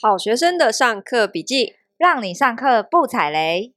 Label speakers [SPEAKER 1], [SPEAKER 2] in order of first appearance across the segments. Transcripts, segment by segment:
[SPEAKER 1] 好学生的上课笔记，
[SPEAKER 2] 让你上课不踩雷。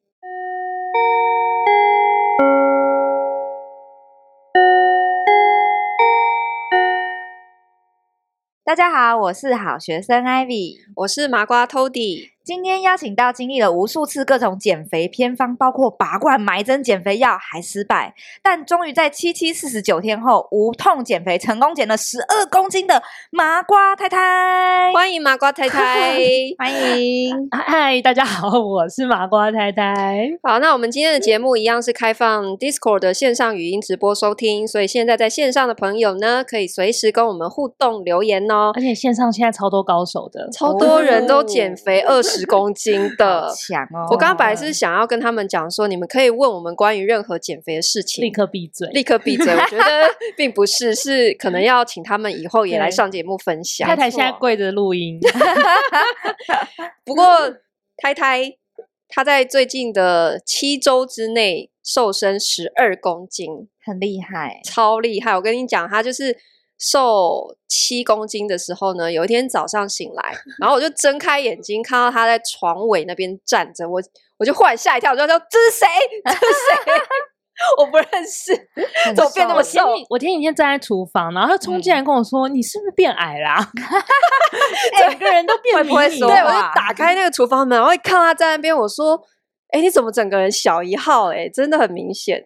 [SPEAKER 2] 大家好，我是好学生 Ivy。
[SPEAKER 1] 我是麻瓜 Tody。
[SPEAKER 2] 今天邀请到经历了无数次各种减肥偏方，包括拔罐、埋针、减肥药还失败，但终于在七七四十九天后无痛减肥成功，减了十二公斤的麻瓜太太。
[SPEAKER 1] 欢迎麻瓜太 太。
[SPEAKER 2] 欢迎，
[SPEAKER 3] 嗨，大家好，我是麻瓜太太。
[SPEAKER 1] 好，那我们今天的节目一样是开放 Discord 的线上语音直播收听，所以现在在线上的朋友呢，可以随时跟我们互动留言哦。
[SPEAKER 3] 而且线上现在超多高手的，
[SPEAKER 1] 超多人都减肥
[SPEAKER 3] 哦
[SPEAKER 1] 二十公斤的
[SPEAKER 2] 好，强哦！
[SPEAKER 1] 我刚刚本来是想要跟他们讲说，你们可以问我们关于任何减肥的事情，
[SPEAKER 3] 立刻闭嘴。
[SPEAKER 1] 立刻闭嘴。我觉得 并不是，是可能要请他们以后也来上节目分享
[SPEAKER 3] 太。太现在跪着录音，
[SPEAKER 1] 不过，太太她在最近的七周之内瘦身十二公斤，
[SPEAKER 2] 很厉害，
[SPEAKER 1] 超厉害！我跟你讲，她就是。瘦七公斤的时候呢，有一天早上醒来，然后我就睁开眼睛，看到她在床尾那边站着，我我就忽然吓一跳，我就说：“这是谁？这是谁？我不认识。”
[SPEAKER 2] 很
[SPEAKER 1] 怎么变那
[SPEAKER 2] 瘦
[SPEAKER 1] 么嗯
[SPEAKER 3] 我前几我前几天站在厨房，然后他冲进来跟我说：“你是不是变矮啦、
[SPEAKER 1] 哎
[SPEAKER 2] 哎
[SPEAKER 3] 整个人都变
[SPEAKER 2] 会不会
[SPEAKER 3] 迷你
[SPEAKER 2] 说
[SPEAKER 1] 对，
[SPEAKER 3] 了
[SPEAKER 1] 我就
[SPEAKER 2] 话
[SPEAKER 1] 打开那个厨房门，然后一看他在那边，我说：“哎、你怎么整个人小一号、欸？哎，真的很明显。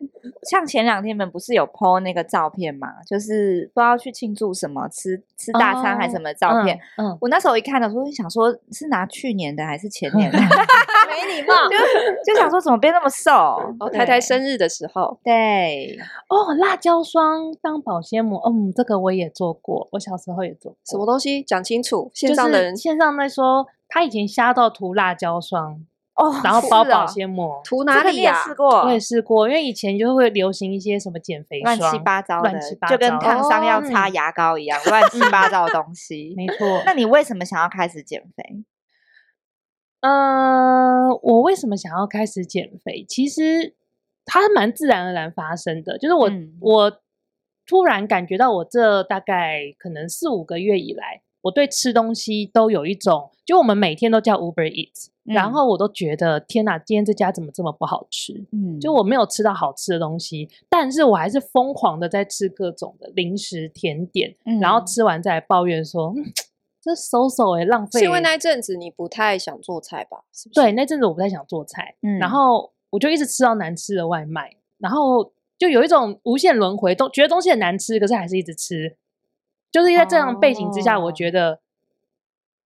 [SPEAKER 2] 像前两天你们不是有 PO 那个照片嘛，就是不知道去庆祝什么，吃吃大餐还是什么照片。，
[SPEAKER 3] 嗯，嗯
[SPEAKER 2] 我那时候一看到，我就想说是拿去年的还是前年 的，
[SPEAKER 1] 没礼貌。
[SPEAKER 2] 就就想说怎么变那么瘦？
[SPEAKER 1] 然后太太
[SPEAKER 2] 对
[SPEAKER 1] 生日的时候，
[SPEAKER 2] 对，
[SPEAKER 3] 哦，辣椒霜当保鲜膜，嗯，这个我也做过，我小时候也做过。
[SPEAKER 1] 什么东西讲清楚？线
[SPEAKER 3] 就
[SPEAKER 1] 上的
[SPEAKER 3] 是
[SPEAKER 1] 人
[SPEAKER 3] 线上在说，他以前瞎到涂辣椒霜，
[SPEAKER 2] 哦，
[SPEAKER 3] 然后包
[SPEAKER 1] 啊
[SPEAKER 2] 是哦
[SPEAKER 3] 保鲜膜。
[SPEAKER 1] 图
[SPEAKER 2] 这
[SPEAKER 1] 哪
[SPEAKER 2] 个
[SPEAKER 1] 里
[SPEAKER 2] 你也
[SPEAKER 1] 呀、
[SPEAKER 2] 试过
[SPEAKER 3] 我也试过，因为以前就会流行一些什么减肥
[SPEAKER 2] 嗯乱七
[SPEAKER 3] 霜
[SPEAKER 2] 八糟的
[SPEAKER 3] 乱七，八
[SPEAKER 2] 就跟
[SPEAKER 3] 糟
[SPEAKER 2] 烫伤要擦
[SPEAKER 3] 哦嗯
[SPEAKER 2] 牙膏一 样，乱七八糟的东西。
[SPEAKER 3] 没错。
[SPEAKER 2] 那你为什么想要开始减肥？
[SPEAKER 3] 嗯、我为什么想要开始减肥？其实它是蛮自然而然发生的，就是我、
[SPEAKER 2] 嗯
[SPEAKER 3] 我突然感觉到我这大概可能四五个月以来，我对吃东西都有一种，就我们每天都叫 Uber Eat，、s 然
[SPEAKER 2] 嗯
[SPEAKER 3] 后我都觉得天哪，今天这家怎么这么不好吃？
[SPEAKER 2] 嗯，
[SPEAKER 3] 就我没有吃到好吃的东西，但是我还是疯狂的在吃各种的零食甜点，然后
[SPEAKER 2] 嗯
[SPEAKER 3] 吃完再来抱怨说，嗯这收手哎，浪费欸。
[SPEAKER 1] 是因为那一阵子你不太想做菜吧？是不是？
[SPEAKER 3] 对，那阵子我不太想做菜，
[SPEAKER 2] 嗯
[SPEAKER 3] 然后我就一直吃到难吃的外卖，然后就有一种无限轮回，都觉得东西很难吃，可是还是一直吃。就是在这样的背景之下，
[SPEAKER 2] 哦
[SPEAKER 3] 我觉得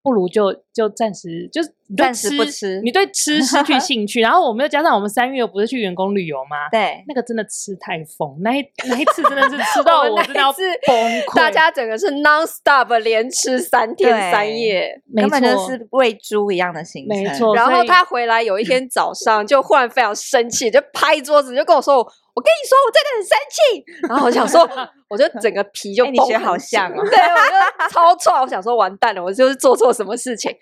[SPEAKER 3] 不如就就暂时就是你对
[SPEAKER 2] 暂时不吃
[SPEAKER 3] 你对吃失去兴趣。然后我们又加上我们三月不是去员工旅游吗？
[SPEAKER 2] 对，
[SPEAKER 3] 那个真的吃太疯，那一那一次真的是 吃到
[SPEAKER 1] 们
[SPEAKER 3] 我真的
[SPEAKER 1] 那
[SPEAKER 3] 要
[SPEAKER 1] 一次
[SPEAKER 3] 崩溃。
[SPEAKER 1] 大家整个是 non stop 连吃三天
[SPEAKER 2] 对
[SPEAKER 1] 三夜，
[SPEAKER 3] 没
[SPEAKER 2] 根本就
[SPEAKER 3] 错
[SPEAKER 2] 是喂猪一样的行程。
[SPEAKER 3] 没错，
[SPEAKER 1] 然后
[SPEAKER 3] 所以
[SPEAKER 1] 他回来有一天早上就忽然非常生气，就拍桌子就跟我说：“我跟你说，我真的很生气。”然后我想说，我就整个皮就
[SPEAKER 2] 哎
[SPEAKER 1] 绷
[SPEAKER 2] 你
[SPEAKER 1] 很
[SPEAKER 2] 学
[SPEAKER 1] 紧、
[SPEAKER 2] 好像
[SPEAKER 1] 对，
[SPEAKER 2] 哦
[SPEAKER 1] 我就超错，我想说完蛋了，我就是做错什么事情。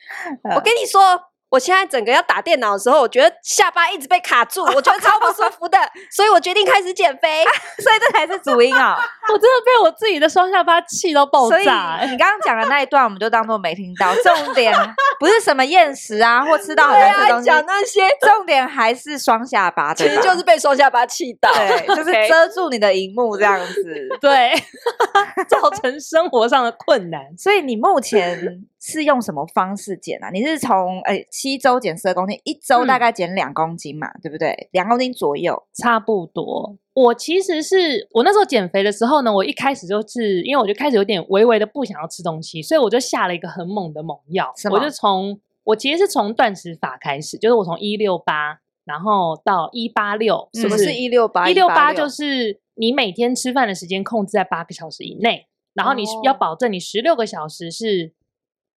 [SPEAKER 1] 我跟你说。我现在整个要打电脑的时候，我觉得下巴一直被卡住，我觉得超不舒服的，所以我决定开始减肥。
[SPEAKER 2] 所以这才是主因哦。
[SPEAKER 3] 我真的被我自己的双下巴气到爆
[SPEAKER 2] 所以
[SPEAKER 3] 炸、欸
[SPEAKER 2] 你刚刚讲的那一段，我们就当做没听到。重点不是什么厌食啊，或吃到很难吃的东西，
[SPEAKER 1] 讲那些
[SPEAKER 2] 重点还是双下巴，
[SPEAKER 1] 其
[SPEAKER 2] 对
[SPEAKER 1] 实
[SPEAKER 2] 吧
[SPEAKER 1] 就是被双下巴气到，
[SPEAKER 2] 对，就是
[SPEAKER 1] OK
[SPEAKER 2] 遮住你的荧幕这样子。
[SPEAKER 3] 对， 造成生活上的困难。
[SPEAKER 2] 所以你目前是用什么方式减啊？你是从呃七周减十二公斤，一周大
[SPEAKER 3] 嗯
[SPEAKER 2] 概减两公斤嘛，对不对？两公斤左右。
[SPEAKER 3] 差不多，我其实是我那时候减肥的时候呢，我一开始就是因为我就开始有点微微的不想要吃东西，所以我就下了一个很猛的猛药
[SPEAKER 2] 什，么
[SPEAKER 3] 我就从我其实是从断食法开始，就是我从一六八，然后到一八六，
[SPEAKER 2] 嗯
[SPEAKER 1] 什么是一六八？
[SPEAKER 3] 一六八就是是你每天吃饭的时间控制在八个小时以内，然后你
[SPEAKER 1] 哦
[SPEAKER 3] 要保证你十六个小时是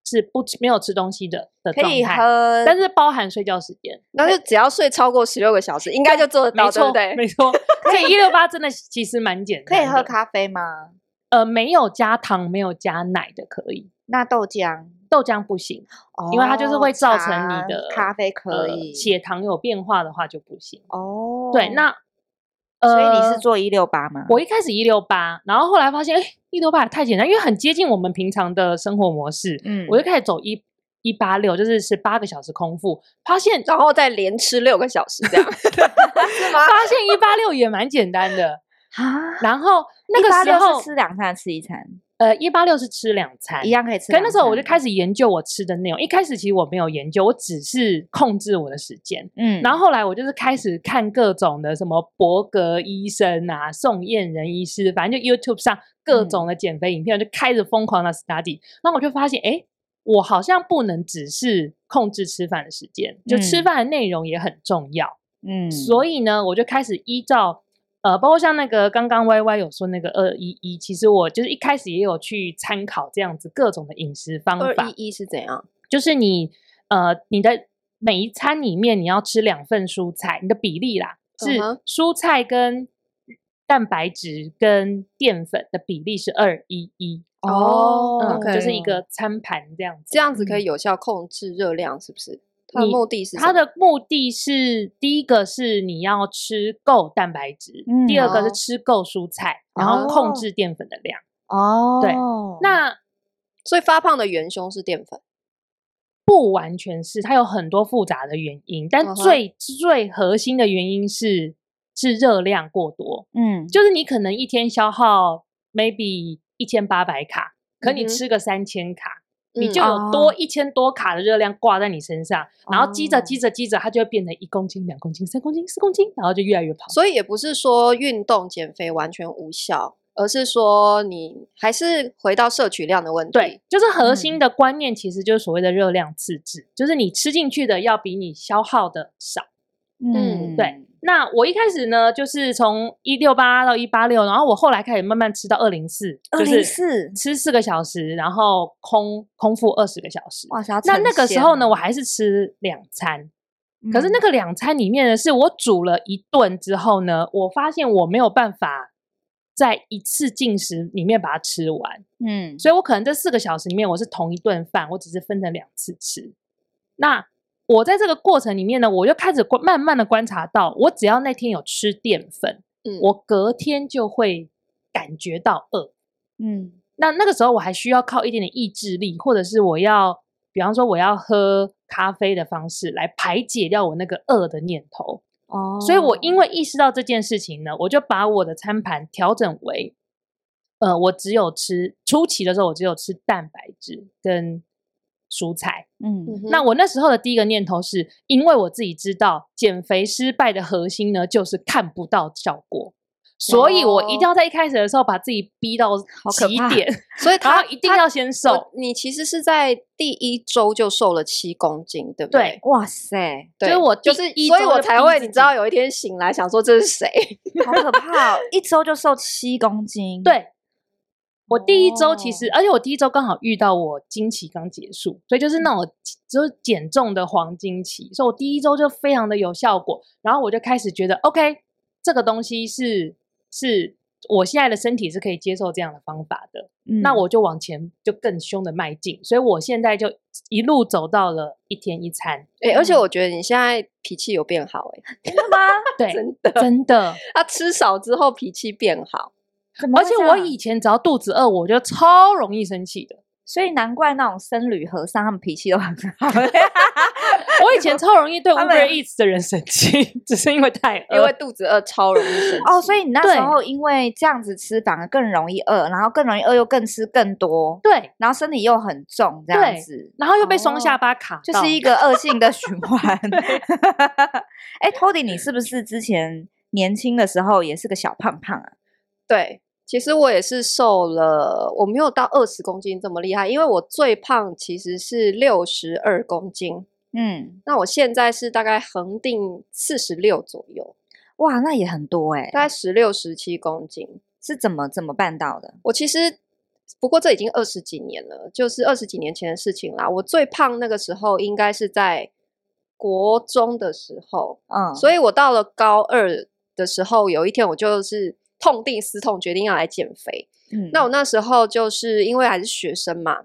[SPEAKER 3] 是不吃没有吃东西的的
[SPEAKER 2] 可
[SPEAKER 3] 状
[SPEAKER 2] 以
[SPEAKER 3] 态，
[SPEAKER 2] 喝，
[SPEAKER 3] 但是包含睡觉时间。
[SPEAKER 1] 那就只要睡超过十六个小时，应该就做得到，
[SPEAKER 3] 没
[SPEAKER 1] 对
[SPEAKER 3] 错，
[SPEAKER 1] 不对？
[SPEAKER 3] 没错，所以一六八真的其实蛮简
[SPEAKER 2] 可
[SPEAKER 3] 单
[SPEAKER 2] 以
[SPEAKER 3] 的，
[SPEAKER 2] 喝咖啡吗？
[SPEAKER 3] 呃，没有加糖，没有加奶的可以，
[SPEAKER 2] 那豆浆，
[SPEAKER 3] 豆浆不行，因为它就是
[SPEAKER 2] 哦
[SPEAKER 3] 会造成
[SPEAKER 2] 茶
[SPEAKER 3] 你的
[SPEAKER 2] 咖啡可
[SPEAKER 3] 呃
[SPEAKER 2] 以
[SPEAKER 3] 血糖有变化的话就不行。
[SPEAKER 2] 哦。
[SPEAKER 3] 对，那呃，
[SPEAKER 2] 所以你是做一六八吗？
[SPEAKER 3] 我一开始一六八，然后后来发现哎，一六八太简单，因为很接近我们平常的生活模式，
[SPEAKER 2] 嗯
[SPEAKER 3] 我就开始走一一八六，就是十八个小时空腹，发现
[SPEAKER 1] 然后再连吃六个小时这样，是吗？
[SPEAKER 3] 发现一八六也蛮简 单的。
[SPEAKER 2] 啊，
[SPEAKER 3] 然后那个时
[SPEAKER 2] 186
[SPEAKER 3] 候
[SPEAKER 2] 是，吃两餐吃一餐，
[SPEAKER 3] 呃，一八六是吃两餐
[SPEAKER 2] 一。样可以吃
[SPEAKER 3] 可
[SPEAKER 2] 两餐。
[SPEAKER 3] 是那时候我就开始研究我吃的内容，一开始其实我没有研究，我只是控制我的时间。
[SPEAKER 2] 嗯，
[SPEAKER 3] 然后后来我就是开始看各种的什么伯格医生啊、宋燕人医师，反正就 YouTube 上各种的减肥影片，我就开始疯狂的 study。然后我就发现，哎，我好像不能只是控制吃饭的时间，就吃
[SPEAKER 2] 嗯
[SPEAKER 3] 饭的内容也很重要。
[SPEAKER 2] 嗯，
[SPEAKER 3] 所以呢，我就开始依照呃，包括像那个刚刚 Y Y 有说那个二一一，其实我就是一开始也有去参考这样子各种的饮食 方
[SPEAKER 1] 二
[SPEAKER 3] 法，
[SPEAKER 1] 一一是怎样？
[SPEAKER 3] 就是你呃你的每一餐里面你要吃两份蔬菜，你的比例啦是
[SPEAKER 1] 嗯哼
[SPEAKER 3] 蔬菜跟蛋白质跟淀粉的比例是二一一。
[SPEAKER 1] 哦
[SPEAKER 3] 嗯
[SPEAKER 1] OK
[SPEAKER 3] 就是一个餐盘这样子。
[SPEAKER 1] 这样子可以
[SPEAKER 3] 嗯
[SPEAKER 1] 有效控制热量，是不是？它的
[SPEAKER 3] 你
[SPEAKER 1] 目的是
[SPEAKER 3] 它
[SPEAKER 1] 什么
[SPEAKER 3] 的目的是第一个是你要吃够蛋白质，
[SPEAKER 2] 嗯
[SPEAKER 3] 第二个
[SPEAKER 1] 哦
[SPEAKER 3] 是吃够蔬菜，然后控
[SPEAKER 2] 哦
[SPEAKER 3] 制淀粉的量。
[SPEAKER 2] 哦，
[SPEAKER 3] 对那
[SPEAKER 1] 所以发胖的元凶是淀粉。
[SPEAKER 3] 不完全是，它有很多复杂的原因，
[SPEAKER 1] 嗯
[SPEAKER 3] 但
[SPEAKER 1] 哼
[SPEAKER 3] 最、最核心的原因是是热量过多，
[SPEAKER 2] 嗯，
[SPEAKER 3] 就是你可能一天消耗 maybe 一千八百卡，可
[SPEAKER 1] 嗯
[SPEAKER 3] 你
[SPEAKER 1] 哼
[SPEAKER 3] 吃个三千卡。你
[SPEAKER 1] 嗯
[SPEAKER 3] 就有
[SPEAKER 2] 哦
[SPEAKER 3] 多一千多卡的热量挂在你身上，然后积着
[SPEAKER 2] 哦
[SPEAKER 3] 积着积着，它就会变成一公斤、两公斤、三公斤、四公斤，然后就越来越胖。
[SPEAKER 1] 所以也不是说运动减肥完全无效，而是说你还是回到摄取量的问题。
[SPEAKER 3] 对，，就是核心
[SPEAKER 2] 嗯
[SPEAKER 3] 的观念，其实就是所谓的热量自制，就是你吃进去的要比你消耗的少。
[SPEAKER 1] 嗯
[SPEAKER 3] 对，那我一开始呢，就是从一六八到一八六，然后我后来开始慢慢吃到二零四，
[SPEAKER 2] 二
[SPEAKER 3] 就
[SPEAKER 2] 零
[SPEAKER 3] 是
[SPEAKER 2] 四，
[SPEAKER 3] 吃四个小时，然后空空腹二十个小时。
[SPEAKER 2] 哇塞，要
[SPEAKER 3] 那
[SPEAKER 2] 成
[SPEAKER 3] 那个时
[SPEAKER 2] 仙哦
[SPEAKER 3] 候呢，
[SPEAKER 2] 了
[SPEAKER 3] 我还是吃两餐，可是
[SPEAKER 2] 嗯
[SPEAKER 3] 那个两餐里面呢，是我煮了一顿之后呢，我发现我没有办法在一次进食里面把它吃完。
[SPEAKER 2] 嗯，
[SPEAKER 3] 所以我可能这四个小时里面，我是同一顿饭，我只是分成两次吃。那我在这个过程里面呢，我就开始观慢慢的观察到，我只要那天有吃淀粉，
[SPEAKER 1] 嗯
[SPEAKER 3] 我隔天就会感觉到饿。
[SPEAKER 2] 嗯
[SPEAKER 3] 那那个时候我还需要靠一点点意志力，或者是我要，比方说我要喝咖啡的方式来排解掉我那个饿的念头。
[SPEAKER 2] 哦，
[SPEAKER 3] 所以我因为意识到这件事情呢，我就把我的餐盘调整为，呃，我只有吃初期的时候，我只有吃蛋白质跟蔬菜。
[SPEAKER 2] 嗯
[SPEAKER 3] 那
[SPEAKER 1] 那
[SPEAKER 3] 我那时候的第一个念头是，因为我自己知道减肥失败的核心呢，就是看不到效果。所以，我一定要在一开始的时候把自己逼到
[SPEAKER 2] 哦可
[SPEAKER 3] 极
[SPEAKER 2] 怕
[SPEAKER 3] 点，
[SPEAKER 1] 所以
[SPEAKER 3] 然
[SPEAKER 1] 它
[SPEAKER 3] 后一定要先
[SPEAKER 1] 它
[SPEAKER 3] 瘦
[SPEAKER 1] 我。你其实是在第一周就瘦了七公斤，对不对
[SPEAKER 3] 对？
[SPEAKER 2] 哇塞，
[SPEAKER 1] 对
[SPEAKER 3] 就是我
[SPEAKER 1] 就
[SPEAKER 3] 第
[SPEAKER 1] 是
[SPEAKER 3] 一，
[SPEAKER 1] 所以
[SPEAKER 3] 周
[SPEAKER 1] 我
[SPEAKER 3] 就
[SPEAKER 1] 才
[SPEAKER 3] 逼
[SPEAKER 1] 会，
[SPEAKER 3] 自
[SPEAKER 1] 你知道，
[SPEAKER 3] 己
[SPEAKER 1] 有一天醒来想说这是 谁？
[SPEAKER 2] 好可怕、哦，一周就瘦七公斤，，
[SPEAKER 3] 对，我第一周其
[SPEAKER 2] 哦
[SPEAKER 3] 实，而且我第一周刚好遇到我经期刚结束，所以就是那种就是减重的黄金期，所以我第一周就非常的有效果。然后我就开始觉得，OK，这个东西是是我现在的身体是可以接受这样的方法的，
[SPEAKER 2] 嗯
[SPEAKER 3] 那我就往前就更凶的迈进。所以我现在就一路走到了一天一餐，
[SPEAKER 1] 哎、而且我觉得你现在脾气有变 好、欸，
[SPEAKER 2] 真的吗？
[SPEAKER 1] 哎，
[SPEAKER 3] 对，
[SPEAKER 1] 真的，
[SPEAKER 3] 真的。
[SPEAKER 1] 他吃少之后脾气变好，
[SPEAKER 2] 怎么
[SPEAKER 3] 而
[SPEAKER 2] 会
[SPEAKER 3] 且
[SPEAKER 2] 这
[SPEAKER 3] 我
[SPEAKER 2] 样
[SPEAKER 3] 以前只要肚子饿，我就超容易生气的。
[SPEAKER 2] 所以难怪那种僧侣和尚他们脾气都很好，
[SPEAKER 3] 我以前超容易对
[SPEAKER 2] 他们
[SPEAKER 3] Uber Eats 的人生气， 只是因为太饿。
[SPEAKER 1] 因为肚子饿超容易 生气。
[SPEAKER 2] 哦，所以你那
[SPEAKER 3] 对
[SPEAKER 2] 时候因为这样子吃反而更容易饿，然后更容易饿又更吃更多，
[SPEAKER 3] 对，
[SPEAKER 2] 然后身体又很重，这样
[SPEAKER 3] 对
[SPEAKER 2] 子
[SPEAKER 3] 然后又被双下巴卡到、
[SPEAKER 2] 就是一个恶性的循环。 哎 t o d y 你是不是之前年轻的时候也是个小胖胖啊？
[SPEAKER 1] 对，其实我也是瘦了，我没有到二十公斤这么厉害，因为我最胖其实是六十二公斤，
[SPEAKER 2] 嗯，
[SPEAKER 1] 那我现在是大概恒定四十六左右，
[SPEAKER 2] 哇，那也很多哎、
[SPEAKER 1] 大概十六十七公斤。
[SPEAKER 2] 是怎么怎么办到的？
[SPEAKER 1] 我其实不过这已经二十几年了，就是二十几年前的事情啦。我最胖那个时候应该是在国中的时候，
[SPEAKER 2] 嗯，
[SPEAKER 1] 所以我到了高二的时候，有一天我就是痛定思痛，决定要来减肥。
[SPEAKER 2] 以、嗯
[SPEAKER 1] 那我那时候就是因为还是学生嘛，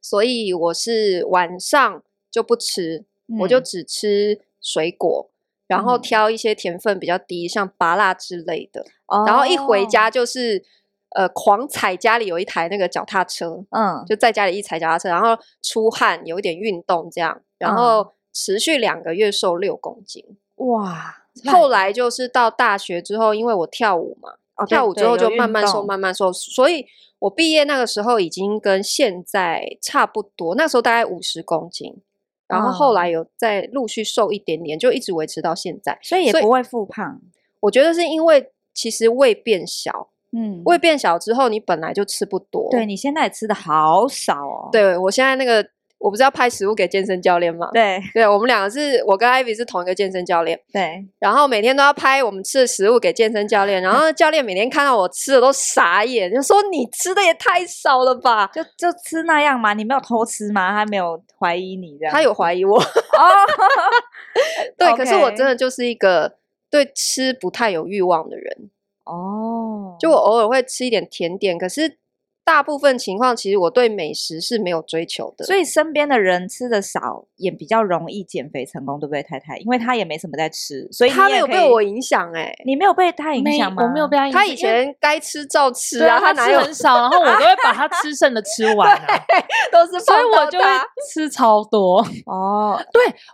[SPEAKER 1] 所以我是晚上就不吃，我就
[SPEAKER 2] 嗯
[SPEAKER 1] 只吃水果，然后
[SPEAKER 2] 嗯
[SPEAKER 1] 挑一些甜分比较低，像芭辣之类的。然后一回
[SPEAKER 2] 哦
[SPEAKER 1] 家就是。呃狂踩家里有一台那个脚踏车，
[SPEAKER 2] 嗯，
[SPEAKER 1] 就在家里一踩脚踏车，然后出汗，有一点运动这样，然
[SPEAKER 2] 嗯
[SPEAKER 1] 后持续两个月瘦六公斤。
[SPEAKER 2] 哇，
[SPEAKER 1] 后来就是到大学之后，因为我跳舞嘛，
[SPEAKER 2] 哦对
[SPEAKER 1] 跳舞之
[SPEAKER 2] 对
[SPEAKER 1] 后
[SPEAKER 2] 有
[SPEAKER 1] 就
[SPEAKER 2] 运
[SPEAKER 1] 慢慢瘦，
[SPEAKER 2] 动
[SPEAKER 1] 慢慢瘦，所以我毕业那个时候已经跟现在差不多，那时候大概五十公斤，然后后
[SPEAKER 2] 哦
[SPEAKER 1] 来有再陆续瘦一点点，就一直维持到现在。
[SPEAKER 2] 所以也
[SPEAKER 1] 所以
[SPEAKER 2] 不会复胖，
[SPEAKER 1] 我觉得是因为其实胃变小，
[SPEAKER 2] 嗯，
[SPEAKER 1] 胃变小之后你本来就吃不多，
[SPEAKER 2] 对你现在也吃的好少哦，
[SPEAKER 1] 对我现在那个我不是要拍食物给健身教练吗？
[SPEAKER 2] 对
[SPEAKER 1] 对，我们两个是我跟 Ivy 是同一个健身教练，
[SPEAKER 2] 对，
[SPEAKER 1] 然后每天都要拍我们吃的食物给健身教练，然后教练每天看到我吃的都傻眼，就说你吃的也太少了吧。
[SPEAKER 2] 就就吃那样嘛，你没有偷吃吗？他没有怀疑你这样，
[SPEAKER 1] 他有怀疑我，
[SPEAKER 2] 哦，
[SPEAKER 1] 对可是我
[SPEAKER 2] OK
[SPEAKER 1] 真的就是一个对吃不太有欲望的人，
[SPEAKER 2] 哦，
[SPEAKER 1] 就我偶尔会吃一点甜点，可是大部分情况其实我对美食是没有追求的。
[SPEAKER 2] 所以身边的人吃的少，也比较容易减肥成功，对不对，太太？因为他也没什么在吃，所以
[SPEAKER 1] 他
[SPEAKER 2] 你
[SPEAKER 1] 没
[SPEAKER 2] 也
[SPEAKER 1] 有
[SPEAKER 2] 可
[SPEAKER 1] 被
[SPEAKER 2] 以
[SPEAKER 1] 我，影响哎、
[SPEAKER 2] 你没有被他影
[SPEAKER 3] 没
[SPEAKER 2] 响吗？
[SPEAKER 3] 我没有被他影响，
[SPEAKER 1] 他以
[SPEAKER 3] 因为
[SPEAKER 1] 前该吃照吃
[SPEAKER 3] 对
[SPEAKER 1] 啊，
[SPEAKER 3] 啊，
[SPEAKER 1] 他
[SPEAKER 3] 他
[SPEAKER 1] 哪
[SPEAKER 3] 吃
[SPEAKER 1] 有
[SPEAKER 3] 很少，然后我都会把他吃剩的吃完啊、
[SPEAKER 1] 都是
[SPEAKER 3] 所以
[SPEAKER 1] 碰到
[SPEAKER 3] 我就会
[SPEAKER 1] 他
[SPEAKER 3] 吃超多。
[SPEAKER 2] 哦，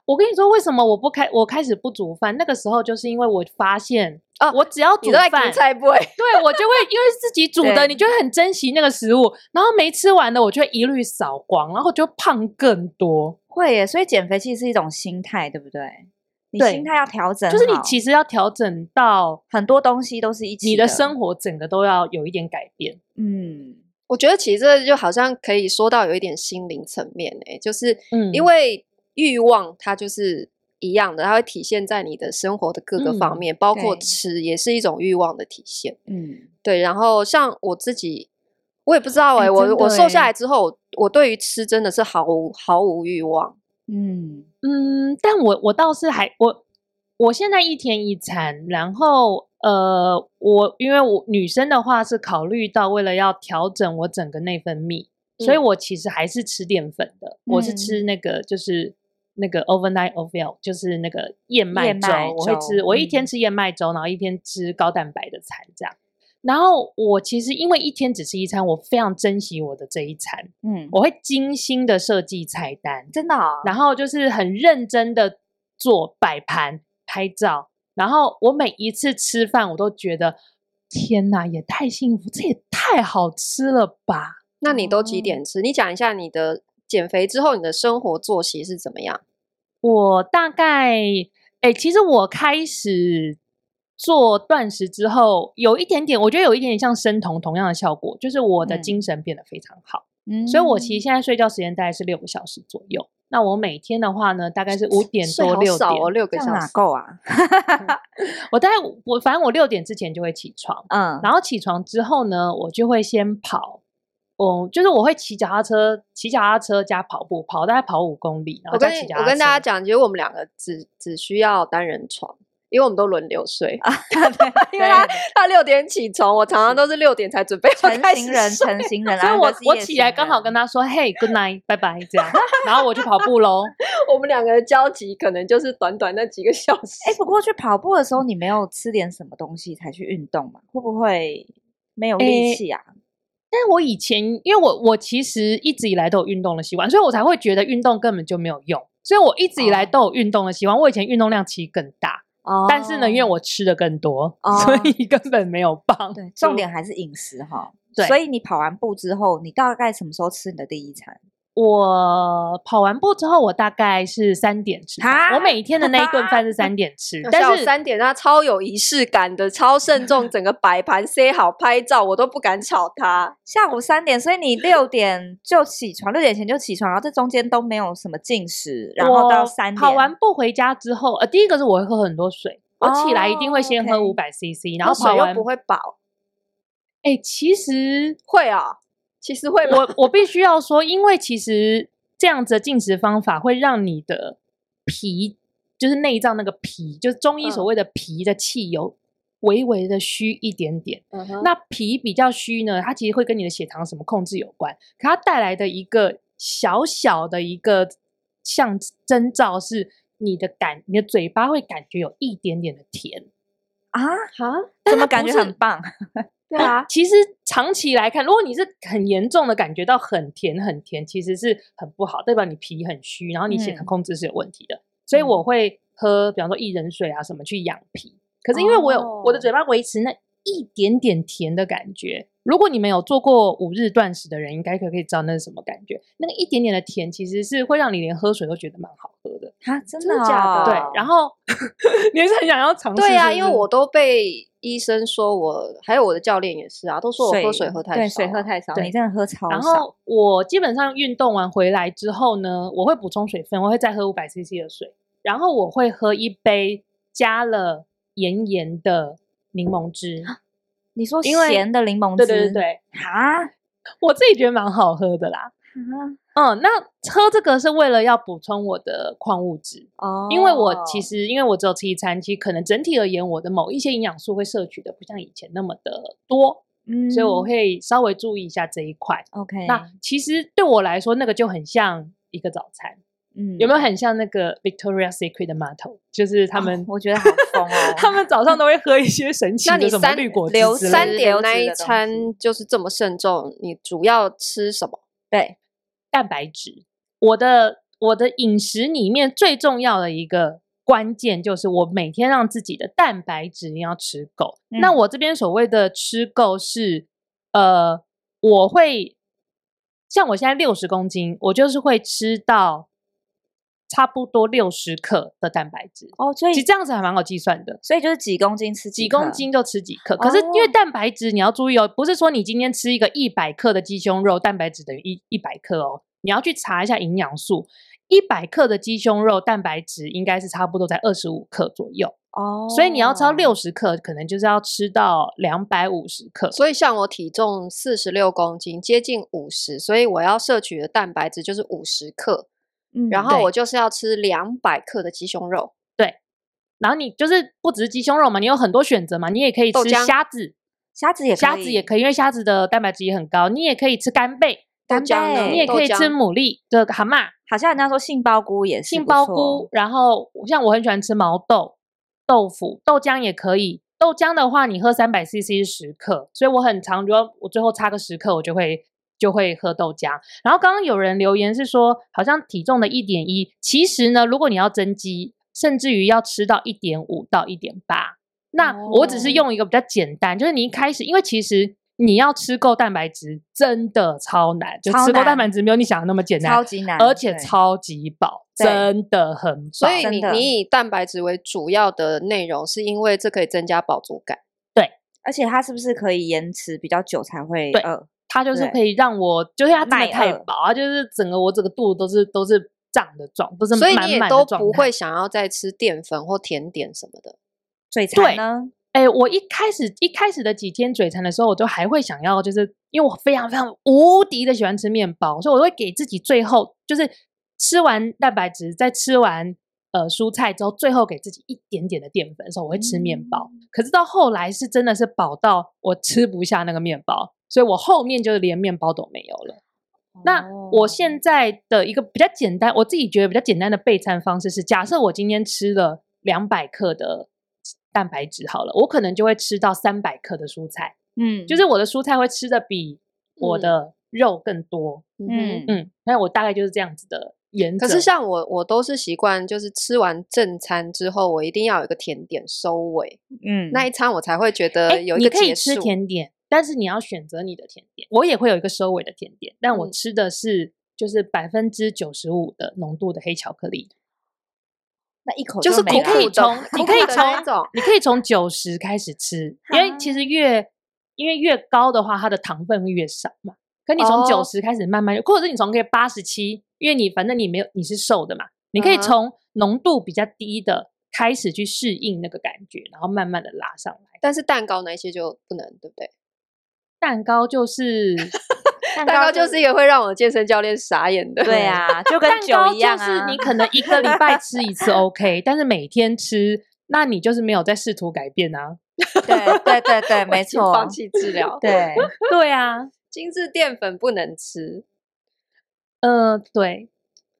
[SPEAKER 3] 我跟你说，为什么我不开我开始不煮饭？那个时候就是因为我发现，
[SPEAKER 1] 哦
[SPEAKER 3] 我只要
[SPEAKER 1] 你
[SPEAKER 3] 煮
[SPEAKER 1] 都在
[SPEAKER 3] 饭，
[SPEAKER 1] 煮菜不会？
[SPEAKER 3] 对我就会因为自己煮
[SPEAKER 2] 对
[SPEAKER 3] 的，你就会很珍惜那个食物，然后没吃完的我就会一律扫光，然后就胖更多。
[SPEAKER 2] 会耶，所以减肥其实是一种心态，对不对？你
[SPEAKER 3] 对
[SPEAKER 2] 心态要调整好，
[SPEAKER 3] 就是你其实要调整到
[SPEAKER 2] 很多东西都是一起
[SPEAKER 3] 你
[SPEAKER 2] 的
[SPEAKER 3] 的生活整个都要有一点改变。
[SPEAKER 2] 嗯，
[SPEAKER 1] 我觉得其实这就好像可以说到有一点心灵层面诶、就是
[SPEAKER 3] 嗯
[SPEAKER 1] 因为欲望它就是一样的，它会体现在你的生活的各个方
[SPEAKER 3] 嗯
[SPEAKER 1] 面，包括
[SPEAKER 2] 对
[SPEAKER 1] 吃也是一种欲望的体现。
[SPEAKER 2] 嗯，
[SPEAKER 1] 对，然后像我自己，我也不知道诶、
[SPEAKER 2] 哎真
[SPEAKER 1] 我
[SPEAKER 2] 的
[SPEAKER 1] 我瘦下
[SPEAKER 2] 诶
[SPEAKER 1] 来之后，我对于吃真的是毫无毫无欲望。
[SPEAKER 2] 嗯，
[SPEAKER 3] 嗯，但我我倒是还我我现在一天一餐，然后呃，我因为我女生的话是考虑到为了要调整我整个内分泌，所以
[SPEAKER 1] 嗯
[SPEAKER 3] 我其实还是吃淀粉的，我是
[SPEAKER 2] 嗯
[SPEAKER 3] 吃那个就是。那个 overnight oatmeal 就是那个燕麦
[SPEAKER 2] 燕
[SPEAKER 3] 粥，
[SPEAKER 2] 麦
[SPEAKER 3] 我会吃，
[SPEAKER 2] 粥
[SPEAKER 3] 我一天
[SPEAKER 2] 嗯
[SPEAKER 3] 吃燕麦粥，然后一天吃高蛋白的餐这样。然后我其实因为一天只吃一餐，我非常珍惜我的这一餐，
[SPEAKER 2] 嗯，
[SPEAKER 3] 我会精心的设计菜单，
[SPEAKER 2] 真的哦，
[SPEAKER 3] 然后就是很认真的做摆盘、拍照。然后我每一次吃饭，我都觉得天哪，也太幸福，这也太好吃了吧！
[SPEAKER 1] 那你都几
[SPEAKER 2] 哦
[SPEAKER 1] 点吃？你讲一下你的减肥之后你的生活作息是怎么样？
[SPEAKER 3] 我大概，哎，其实我开始做断食之后，有一点点，我觉得有一点点像生酮同样的效果，就是我的
[SPEAKER 2] 嗯
[SPEAKER 3] 精神变得非常好。
[SPEAKER 2] 嗯
[SPEAKER 3] 所以我其实现在睡觉时间大概是六个小时左右。那我每天的话呢，大概是五点
[SPEAKER 1] 睡
[SPEAKER 3] 多
[SPEAKER 1] 好
[SPEAKER 3] 六
[SPEAKER 1] 少
[SPEAKER 3] 点，
[SPEAKER 1] 哦，六个
[SPEAKER 2] 这样
[SPEAKER 1] 小
[SPEAKER 2] 哪
[SPEAKER 1] 时。
[SPEAKER 2] 够啊？
[SPEAKER 3] 我大概我反正我六点之前就会起床，
[SPEAKER 2] 嗯，
[SPEAKER 3] 然后起床之后呢，我就会先跑，我就是我会骑脚踏车，骑脚踏车加跑步，跑大概跑五公里，然
[SPEAKER 1] 我
[SPEAKER 3] 后
[SPEAKER 1] 跟
[SPEAKER 3] 再骑脚踏车。
[SPEAKER 1] 我跟大家讲，其实我们两个只只需要单人床，因为我们都轮流睡。因为他他六点起床，我常常都是六点才准备要
[SPEAKER 2] 成
[SPEAKER 1] 开
[SPEAKER 2] 型
[SPEAKER 1] 始
[SPEAKER 2] 人，
[SPEAKER 1] 睡。
[SPEAKER 2] 成型人，
[SPEAKER 3] 所以
[SPEAKER 2] 然后
[SPEAKER 3] 我
[SPEAKER 2] 一个是
[SPEAKER 3] 我
[SPEAKER 2] 夜
[SPEAKER 3] 起
[SPEAKER 2] 行
[SPEAKER 3] 来刚好
[SPEAKER 2] 人
[SPEAKER 3] 跟他说嘿 good night，拜拜 这样，然后我就跑步喽。
[SPEAKER 1] 我们两个的交集可能就是短短那几个小时。，
[SPEAKER 2] 哎、不过
[SPEAKER 3] 嗯
[SPEAKER 2] 去跑步的时候，你没有吃点什么东西才去运动嘛？会不会没有力
[SPEAKER 3] 诶
[SPEAKER 2] 气啊？
[SPEAKER 3] 但是我以前因为我我其实一直以来都有运动的习惯，所以我才会觉得运动根本就没有用。所以我一直以来
[SPEAKER 2] 哦
[SPEAKER 3] 都有运动的习惯，我以前运动量其实更大，
[SPEAKER 2] 哦
[SPEAKER 3] 但是呢，因为我吃的更多，
[SPEAKER 2] 哦
[SPEAKER 3] 所以根本没有胖。
[SPEAKER 2] 对重点还是饮食哈。
[SPEAKER 3] 对
[SPEAKER 2] 所以你跑完步之后，你大概什么时候吃你的第一餐？
[SPEAKER 3] 我跑完步之后，我大概是三点吃饭。
[SPEAKER 2] 哈
[SPEAKER 3] 我每天的那一顿饭是三点吃但
[SPEAKER 1] 但
[SPEAKER 3] 是
[SPEAKER 1] 是三点，他超有仪式感的，超慎重，整个摆盘塞好拍照，我都不敢吵他。
[SPEAKER 2] 下午三点，所以你六点就起床，六点前就起床，然后这中间都没有什么进食，然后到
[SPEAKER 3] 我
[SPEAKER 2] 三点
[SPEAKER 3] 跑完步回家之后，呃，第一个是我会喝很多水。我起来一定会先喝
[SPEAKER 2] 哦
[SPEAKER 3] 五
[SPEAKER 2] ，OK
[SPEAKER 3] 百 CC，
[SPEAKER 1] 然
[SPEAKER 3] 然
[SPEAKER 1] 后
[SPEAKER 3] 后
[SPEAKER 1] 水
[SPEAKER 3] 跑
[SPEAKER 1] 又
[SPEAKER 3] 完
[SPEAKER 1] 不。会饱，
[SPEAKER 3] 哎、其实
[SPEAKER 1] 会啊，其实会吗？
[SPEAKER 3] 我我必须要说，因为其实这样子的进食方法会让你的脾，就是内脏那个脾，就是中医所
[SPEAKER 1] 嗯
[SPEAKER 3] 谓的脾的气有微微的虚一点点。
[SPEAKER 1] 嗯哼
[SPEAKER 3] 那脾比较虚呢，它其实会跟你的血糖什么控制有关，可它带来的一个小小的一个象征兆是，你的感，你的嘴巴会感觉有一点点的甜。
[SPEAKER 2] 啊，
[SPEAKER 1] 哈，
[SPEAKER 2] 怎
[SPEAKER 3] 它
[SPEAKER 2] 么感
[SPEAKER 3] 不
[SPEAKER 2] 觉
[SPEAKER 3] 是
[SPEAKER 2] 很棒？
[SPEAKER 1] 对啊，
[SPEAKER 3] 其实长期来看，如果你是很严重的感觉到很甜很甜，其实是很不好，代表你脾很虚，然后你血糖
[SPEAKER 2] 嗯
[SPEAKER 3] 控制是有问题的。所以我会喝，比方说薏仁水啊什么去养脾。可是因为我有、我的嘴巴维持那一点点甜的感觉，如果你们有做过五日断食的人，应该可可以知道那是什么感觉。那个一点点的甜，其实是会让你连喝水都觉得蛮好喝的。
[SPEAKER 2] 啊，真
[SPEAKER 1] 真的假的
[SPEAKER 2] 哦
[SPEAKER 3] 对，然后 你也是很想要尝试
[SPEAKER 1] 对啊，
[SPEAKER 3] 哦是不
[SPEAKER 1] 因为
[SPEAKER 3] 是
[SPEAKER 1] 我都被医生说我，还有我的教练也是啊，都说我喝水喝太少啊，
[SPEAKER 2] 对，水喝太少，
[SPEAKER 3] 对
[SPEAKER 2] 你真的喝超少。
[SPEAKER 3] 然后我基本上运动完回来之后呢，我会补充水分，我会再喝五百 CC 的水，然后我会喝一杯加了盐盐的柠檬汁。
[SPEAKER 2] 啊你说
[SPEAKER 3] 因为
[SPEAKER 2] 咸的柠檬
[SPEAKER 3] 对
[SPEAKER 2] 汁，
[SPEAKER 3] 对对对，
[SPEAKER 2] 啊，啊，
[SPEAKER 3] 我自己觉得蛮好喝的啦。嗯，那喝这个是为了要补充我的矿物质，
[SPEAKER 2] 哦，
[SPEAKER 3] 因为我其实因为我只有吃一餐，其实可能整体而言我的某一些营养素会摄取的不像以前那么的多，
[SPEAKER 2] 嗯，
[SPEAKER 3] 所以我会稍微注意一下这一块。
[SPEAKER 2] OK，
[SPEAKER 3] 那其实对我来说，那个就很像一个早餐。
[SPEAKER 2] 嗯
[SPEAKER 3] 有没有很像那个 Victoria Secret 的码头？就是他
[SPEAKER 2] 哦
[SPEAKER 3] 们，
[SPEAKER 2] 我觉得好疯哦，
[SPEAKER 3] 他们早上都会喝一些神奇
[SPEAKER 1] 那
[SPEAKER 3] 的
[SPEAKER 1] 你
[SPEAKER 3] 什么
[SPEAKER 1] 三
[SPEAKER 3] 绿果汁
[SPEAKER 1] 留
[SPEAKER 3] 之类
[SPEAKER 1] 三
[SPEAKER 3] 的
[SPEAKER 1] 点
[SPEAKER 2] 流质
[SPEAKER 1] 那一
[SPEAKER 2] 的东
[SPEAKER 1] 餐就是这么慎重，你主要吃什么？
[SPEAKER 2] 对
[SPEAKER 3] 蛋白质。我的我的饮食里面最重要的一个关键就是，我每天让自己的蛋白质一定要吃够。那
[SPEAKER 2] 嗯
[SPEAKER 3] 我这边所谓的吃够是，呃，我会像我现在六十公斤，我就是会吃到差不多六十克的蛋白质。
[SPEAKER 2] 哦，所以
[SPEAKER 3] 其实这样子还蛮好计算的，
[SPEAKER 2] 所以就是几公斤吃
[SPEAKER 3] 几
[SPEAKER 2] 克
[SPEAKER 3] 公，斤就吃几克。可是因为
[SPEAKER 2] 哦
[SPEAKER 3] 蛋白质，你要注意哦，不是说你今天吃一个一百克的鸡胸肉，蛋白质等于一一百克哦。你要去查一下营养素，一百克的鸡胸肉蛋白质应该是差不多在二十五克左右，
[SPEAKER 2] 哦，
[SPEAKER 3] 所以你要超六十克，可能就是要吃到两百五十克。
[SPEAKER 1] 所以像我体重四十六公斤，接近五十，所以我要摄取的蛋白质就是五十克，
[SPEAKER 2] 嗯，
[SPEAKER 1] 然后
[SPEAKER 3] 对
[SPEAKER 1] 我就是要吃两百克的鸡胸肉。
[SPEAKER 3] 然后你就是不只是鸡胸肉嘛，你有很多选择嘛，你也可以
[SPEAKER 1] 豆
[SPEAKER 3] 吃
[SPEAKER 1] 浆
[SPEAKER 3] 虾子，
[SPEAKER 2] 虾子也
[SPEAKER 3] 虾子也可以，因为虾子的蛋白质也很高，你也可以吃干贝，
[SPEAKER 1] 豆
[SPEAKER 2] 干
[SPEAKER 1] 浆呢
[SPEAKER 2] 贝
[SPEAKER 3] 你也
[SPEAKER 1] 豆
[SPEAKER 3] 可以吃
[SPEAKER 1] 浆
[SPEAKER 3] 牡蛎的蛤蟆，
[SPEAKER 2] 好像人家说杏鲍菇也是
[SPEAKER 3] 杏
[SPEAKER 2] 不
[SPEAKER 3] 鲍
[SPEAKER 2] 错哦
[SPEAKER 3] 菇，，然后像我很喜欢吃毛豆、豆腐、豆浆也可以。豆浆的话，你喝三百 CC 十克，所以我很常觉得我最后差个十克，我就会就会喝豆浆。然后刚刚有人留言是说，好像体重的一点一，其实呢，如果你要增肌，甚至于要吃到一点五到一点八。那我只是
[SPEAKER 1] 哦
[SPEAKER 3] 用一个比较简单，就是你一开始，因为其实你要吃够蛋白质真的超难，就
[SPEAKER 2] 超
[SPEAKER 3] 吃够蛋
[SPEAKER 2] 难
[SPEAKER 3] 白质没有你想的那么简单，
[SPEAKER 2] 超级难，
[SPEAKER 3] 而且
[SPEAKER 2] 对
[SPEAKER 3] 超级饱，
[SPEAKER 2] 对
[SPEAKER 3] 真的很饱。
[SPEAKER 1] 所以
[SPEAKER 2] 真
[SPEAKER 1] 你
[SPEAKER 2] 的
[SPEAKER 1] 你以蛋白质为主要的内容，是因为这可以增加饱足感。
[SPEAKER 2] 而且它是不是可以延迟比较久才会呃
[SPEAKER 3] 对
[SPEAKER 2] 饿？
[SPEAKER 3] 它就是
[SPEAKER 2] 对
[SPEAKER 3] 可以让我，就是它真
[SPEAKER 2] 耐
[SPEAKER 3] 的太
[SPEAKER 2] 饿
[SPEAKER 3] 饱，它就是整个我整个肚子都是都是胀的状，都是
[SPEAKER 1] 所以
[SPEAKER 3] 满
[SPEAKER 1] 你也
[SPEAKER 3] 满
[SPEAKER 1] 都
[SPEAKER 3] 的状
[SPEAKER 1] 不
[SPEAKER 3] 态
[SPEAKER 1] 会。想要再吃淀粉或甜点什么的。
[SPEAKER 2] 嘴
[SPEAKER 3] 对
[SPEAKER 2] 馋呢？
[SPEAKER 3] 哎，我一开始一开始的几天嘴馋的时候，我都还会想要，就是因为我非常非常无敌的喜欢吃面包，所以我会给自己最后就是吃完蛋白质，再吃完。呃，蔬菜之后，最后给自己一点点的淀粉的时候，我会吃面包。可是到后来是真的是饱到我吃不下那个面包，所以我后面就是连面包都没有了。那
[SPEAKER 2] 哦
[SPEAKER 3] 我现在的一个比较简单，我自己觉得比较简单的备餐方式是：假设我今天吃了两百克的蛋白质好了，我可能就会吃到三百克的蔬菜，
[SPEAKER 2] 嗯，
[SPEAKER 3] 就是我的蔬菜会吃的比我的肉更多。
[SPEAKER 1] 嗯
[SPEAKER 2] 嗯，
[SPEAKER 3] 嗯，那我大概就是这样子的原则。
[SPEAKER 1] 可是像我，我都是习惯，就是吃完正餐之后，我一定要有一个甜点收尾，
[SPEAKER 2] 嗯，
[SPEAKER 1] 那一餐我才会觉
[SPEAKER 3] 哎，
[SPEAKER 1] 得有一
[SPEAKER 3] 你
[SPEAKER 1] 个
[SPEAKER 3] 可以
[SPEAKER 1] 结
[SPEAKER 3] 吃
[SPEAKER 1] 束。
[SPEAKER 3] 甜点，但是你要选择你的甜点。我也会有一个收尾的甜点，但我
[SPEAKER 1] 嗯
[SPEAKER 3] 吃的是、就是百分之九十五的浓度的黑巧克力。
[SPEAKER 2] 那一口
[SPEAKER 1] 就是
[SPEAKER 2] 没
[SPEAKER 1] 苦
[SPEAKER 3] 你
[SPEAKER 2] 了
[SPEAKER 3] 可以
[SPEAKER 1] 苦的
[SPEAKER 3] 从你
[SPEAKER 1] 苦
[SPEAKER 3] 可以
[SPEAKER 1] 苦的那
[SPEAKER 3] 从
[SPEAKER 1] 一种嗯
[SPEAKER 3] 你可以从九十开始吃，因为其实越因为越高的话，它的糖分会越少嘛。可你从
[SPEAKER 1] 哦
[SPEAKER 3] 九十开始慢慢，或者是你从可以八十七，因为你反正你没有你是瘦的嘛，你可以
[SPEAKER 1] 嗯哼
[SPEAKER 3] 从浓度比较低的开始去适应那个感觉，然后慢慢的拉上来。
[SPEAKER 1] 但是蛋糕那些就不能，对不对？
[SPEAKER 3] 蛋糕就是
[SPEAKER 2] 蛋
[SPEAKER 1] 蛋糕就是一个会让我健身教练傻眼的。
[SPEAKER 2] 对啊，就跟
[SPEAKER 3] 蛋
[SPEAKER 2] 酒
[SPEAKER 3] 糕，
[SPEAKER 2] 一样
[SPEAKER 3] 就是
[SPEAKER 2] 啊。
[SPEAKER 3] 你可能一个礼拜吃 一次 OK，但是每天吃，那你就是没有在试图改变啊。
[SPEAKER 2] 对对对对，
[SPEAKER 1] 我已
[SPEAKER 2] 没
[SPEAKER 1] 经
[SPEAKER 2] 错
[SPEAKER 1] 放，弃治 疗。
[SPEAKER 2] 对，
[SPEAKER 3] 对啊，
[SPEAKER 1] 精致淀粉不能吃。
[SPEAKER 3] 呃，对，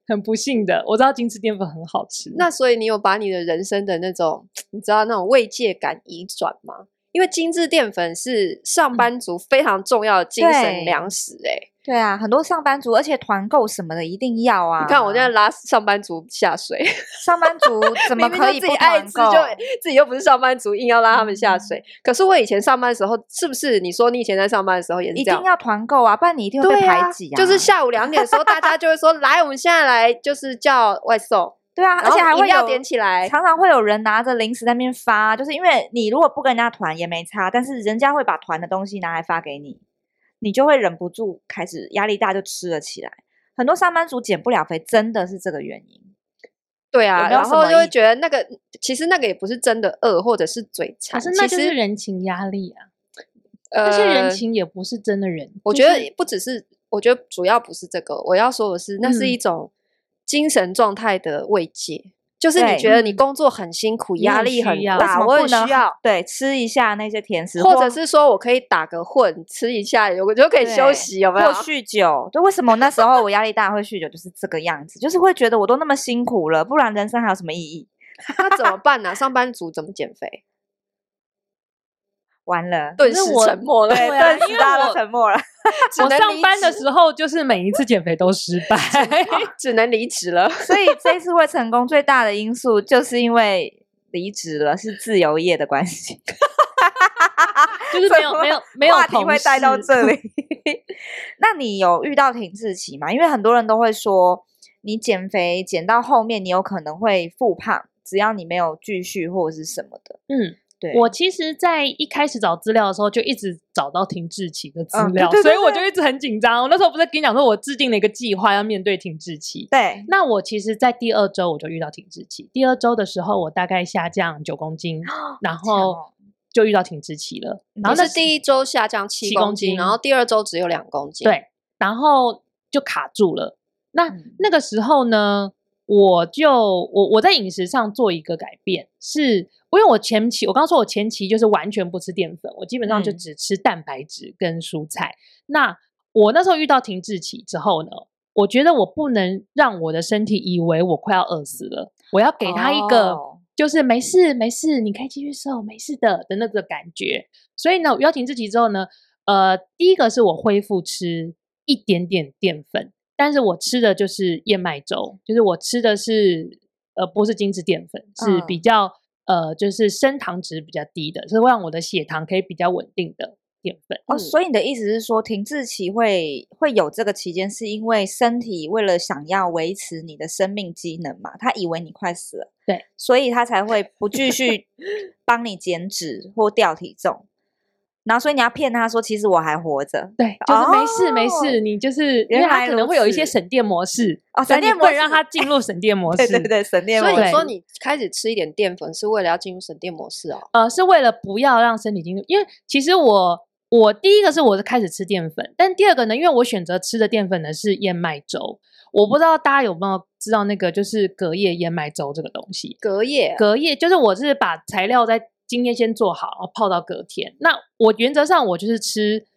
[SPEAKER 3] 很不幸的，我知道精致淀粉很好吃。
[SPEAKER 1] 那所以你有把你的人生的那种，你知道那种慰藉感移转吗？因为精致淀粉是上班族非常重要的精
[SPEAKER 2] 对
[SPEAKER 1] 神粮食、欸。
[SPEAKER 2] 对啊，很多上班族，而且团购什么的一定要啊。
[SPEAKER 1] 你看我现在拉上班族下水，
[SPEAKER 2] 上班族怎么
[SPEAKER 1] 明明
[SPEAKER 2] 可
[SPEAKER 1] 就
[SPEAKER 2] 以
[SPEAKER 1] 自
[SPEAKER 2] 不
[SPEAKER 1] 己爱
[SPEAKER 2] 团
[SPEAKER 1] 吃
[SPEAKER 2] 购
[SPEAKER 1] 就？自己又不是上班族，硬要拉他们下水？可是我以前上班的时候，是不是你说你以前在上班的时候也是
[SPEAKER 2] 一
[SPEAKER 1] 这样
[SPEAKER 2] 定？要团购啊，不然你一定会
[SPEAKER 1] 对
[SPEAKER 2] 被
[SPEAKER 1] 啊
[SPEAKER 2] 排挤啊。
[SPEAKER 1] 就是下午两点的时候，大家就会说：“来，我们现在来就是叫外送，
[SPEAKER 2] 对啊，而且
[SPEAKER 1] 然后
[SPEAKER 2] 还
[SPEAKER 1] 饮
[SPEAKER 2] 会
[SPEAKER 1] 料
[SPEAKER 2] 有
[SPEAKER 1] 点起来。
[SPEAKER 2] 常常会有人拿着零食在那边发，就是因为你如果不跟人家团也没差，但是人家会把团的东西拿来发给你，你就会忍不住开始压力大就吃了起来。很多上班族减不了肥，真的是这个原因。”
[SPEAKER 1] 对
[SPEAKER 2] 有
[SPEAKER 1] 啊，
[SPEAKER 2] 没有
[SPEAKER 1] 然
[SPEAKER 2] 什
[SPEAKER 1] 后
[SPEAKER 2] 么
[SPEAKER 1] 就会
[SPEAKER 2] 意
[SPEAKER 1] 觉得那个其实那个也不是真的饿，或者是嘴馋，
[SPEAKER 3] 可是那
[SPEAKER 1] 其
[SPEAKER 3] 就是
[SPEAKER 1] 实
[SPEAKER 3] 人情压力啊，
[SPEAKER 1] 呃
[SPEAKER 3] 那些人情也不是真的人。
[SPEAKER 1] 我
[SPEAKER 3] 就
[SPEAKER 1] 觉
[SPEAKER 3] 是
[SPEAKER 1] 得不只是，我觉得主要不是这个，我要说的是，那
[SPEAKER 3] 嗯
[SPEAKER 1] 是一种精神状态的慰藉，就是
[SPEAKER 2] 对
[SPEAKER 1] 你觉得你
[SPEAKER 3] 嗯
[SPEAKER 1] 工作很辛苦，
[SPEAKER 3] 你
[SPEAKER 1] 压
[SPEAKER 3] 很
[SPEAKER 1] 力
[SPEAKER 3] 需
[SPEAKER 1] 很
[SPEAKER 3] 要为
[SPEAKER 2] 什
[SPEAKER 1] 大，
[SPEAKER 2] 么
[SPEAKER 1] 我
[SPEAKER 2] 不
[SPEAKER 1] 很
[SPEAKER 2] 能
[SPEAKER 1] 需要。
[SPEAKER 2] 对，吃一下那些甜食，
[SPEAKER 1] 或者是说我可以打个混，吃一下，我就可以休
[SPEAKER 2] 对
[SPEAKER 1] 息，有没有
[SPEAKER 2] 或？酗酒。对，为什么那时候我压力大会酗酒，就是这个样子，就是会觉得我都那么辛苦了，不然人生还有什么意义？
[SPEAKER 1] 那怎么办呢、上班族怎么减肥？
[SPEAKER 2] 完了，
[SPEAKER 1] 顿
[SPEAKER 3] 是
[SPEAKER 1] 时
[SPEAKER 3] 我
[SPEAKER 1] 沉默了，
[SPEAKER 3] 对啊
[SPEAKER 2] 顿时
[SPEAKER 3] 因为
[SPEAKER 2] 大家都
[SPEAKER 3] 我
[SPEAKER 2] 沉默了。
[SPEAKER 1] 只
[SPEAKER 3] 我
[SPEAKER 1] 能
[SPEAKER 3] 上
[SPEAKER 1] 离
[SPEAKER 3] 班的
[SPEAKER 1] 职
[SPEAKER 3] 时候，就是每一次减肥都失 败。
[SPEAKER 1] 只能离职了。
[SPEAKER 2] 所以这次会成功最大的因素，就是因为离职了，是自由业的关 系。
[SPEAKER 3] 就是 没有没有没有
[SPEAKER 2] 话题
[SPEAKER 3] 同
[SPEAKER 2] 会带到
[SPEAKER 3] 事
[SPEAKER 2] 这里。 那你有遇到停滞期吗？因为很多人都会说，你减肥减到后面，你有可能会复胖，只要你没有继续或者是什么的。
[SPEAKER 3] 嗯，
[SPEAKER 2] 对，
[SPEAKER 3] 我其实，在一开始找资料的时候，就一直找到停滞期的资
[SPEAKER 2] 嗯对
[SPEAKER 3] 料，
[SPEAKER 2] 对对
[SPEAKER 3] 所以我
[SPEAKER 2] 对
[SPEAKER 3] 就一直很紧张。我那时候不是跟你讲说，我制定了一个计划要面对停滞期。
[SPEAKER 2] 对
[SPEAKER 3] 那我其实，在第二周我就遇到停滞期。第二周的时候，我大概下降九公斤，然
[SPEAKER 2] 这样
[SPEAKER 3] 后
[SPEAKER 2] 哦
[SPEAKER 3] 就遇到停滞期了。然后
[SPEAKER 1] 你
[SPEAKER 3] 那
[SPEAKER 1] 是第一周下降七
[SPEAKER 3] 七
[SPEAKER 1] 公
[SPEAKER 3] 公
[SPEAKER 1] 斤，
[SPEAKER 3] 斤
[SPEAKER 1] 然后第二周只有两公斤。，
[SPEAKER 3] 对，然后就卡住了。那、
[SPEAKER 2] 嗯
[SPEAKER 3] 那个时候呢，我就我我在饮食上做一个改变，是因为我前期我刚刚说我前期就是完全不吃淀粉，我基本上就
[SPEAKER 2] 嗯
[SPEAKER 3] 只吃蛋白质跟蔬菜。那我那时候遇到停滞期之后呢，我觉得我不能让我的身体以为我快要饿死了，我要给他一个
[SPEAKER 2] 哦
[SPEAKER 3] 就是没事没事，你可以继续瘦，没事的的那个感觉。所以呢，我邀请自己之后呢，呃，第一个是我恢复吃一点点淀粉，但是我吃的就是燕麦粥，就是我吃的是呃不是精致淀粉，是比
[SPEAKER 2] 嗯
[SPEAKER 3] 较、呃就是升糖值比较低的，是会让我的血糖可以比较稳定的淀粉。
[SPEAKER 2] 哦，所以你的意思是说，停滞期会会有这个期间，是因为身体为了想要维持你的生命机能嘛？他以为你快死了，
[SPEAKER 3] 对，
[SPEAKER 2] 所以他才会不继 续帮你减脂或掉体重。然后，所以你要骗他说，其实我还活着
[SPEAKER 3] 对，就是没事、没
[SPEAKER 2] 哦
[SPEAKER 3] 事，你就是因
[SPEAKER 2] 原
[SPEAKER 3] 为它
[SPEAKER 2] 来
[SPEAKER 3] 可能
[SPEAKER 2] 如
[SPEAKER 3] 会有一些
[SPEAKER 2] 此
[SPEAKER 3] 省电模式
[SPEAKER 2] 哦，
[SPEAKER 3] 但
[SPEAKER 2] 省
[SPEAKER 3] 你
[SPEAKER 2] 电
[SPEAKER 3] 不
[SPEAKER 2] 模
[SPEAKER 3] 能让它
[SPEAKER 2] 式
[SPEAKER 3] 进入省电模式。
[SPEAKER 2] 对对对，省电
[SPEAKER 1] 所
[SPEAKER 2] 模
[SPEAKER 1] 以
[SPEAKER 2] 式。
[SPEAKER 1] 你说
[SPEAKER 3] 对
[SPEAKER 1] 你开始吃一点淀粉是为了要进入省电模式哦。
[SPEAKER 3] 呃，是为了不要让身体进入，因为其实我我第一个是我是开始吃淀粉，但第二个呢，因为我选择吃的淀粉呢是燕麦粥，我不知道大家有没有知道那个就是隔夜燕麦粥这个东西，
[SPEAKER 1] 隔夜
[SPEAKER 3] 隔夜就是我是把材料在今天先做好，然后泡到隔天。那我原则上我就是吃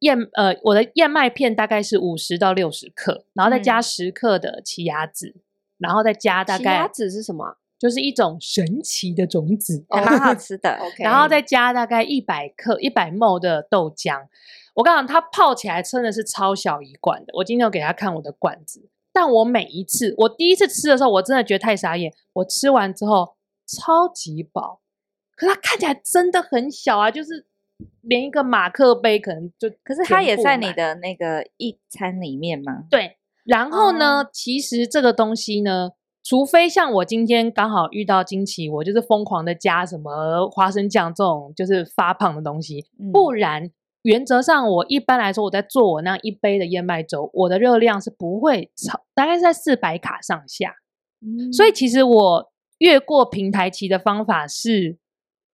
[SPEAKER 3] 燕呃我的燕麦片大概是五十到六十克，然后再加
[SPEAKER 2] 嗯
[SPEAKER 3] 十克的奇亚籽，然后再加大
[SPEAKER 1] 奇亚
[SPEAKER 3] 概
[SPEAKER 1] 籽是什么啊
[SPEAKER 3] 就是一种神奇的种子，
[SPEAKER 2] 还蛮好吃 的，
[SPEAKER 1] ？OK，
[SPEAKER 3] 然后再加大概一百克、一百 ml 的豆浆。我跟你讲，它泡起来真的是超小一罐的。我今天有给他看我的罐子，但我每一次，我第一次吃的时候，我真的觉得太傻眼。我吃完之后超级饱，可它看起来真的很小啊，就是连一个马克杯可能就
[SPEAKER 2] 可是它
[SPEAKER 3] 全
[SPEAKER 2] 也
[SPEAKER 3] 部
[SPEAKER 2] 在你
[SPEAKER 3] 满
[SPEAKER 2] 的那个一餐里面吗？
[SPEAKER 3] 对，然后呢，其实这个东西呢，除非像我今天刚好遇到惊奇，我就是疯狂的加什么花生酱这种就是发胖的东西，不
[SPEAKER 2] 嗯
[SPEAKER 3] 然原则上我一般来说我在做我那一杯的燕麦粥，我的热量是不会超，大概是在四百卡上下。所以
[SPEAKER 2] 嗯
[SPEAKER 3] 其实我越过平台期的方法是，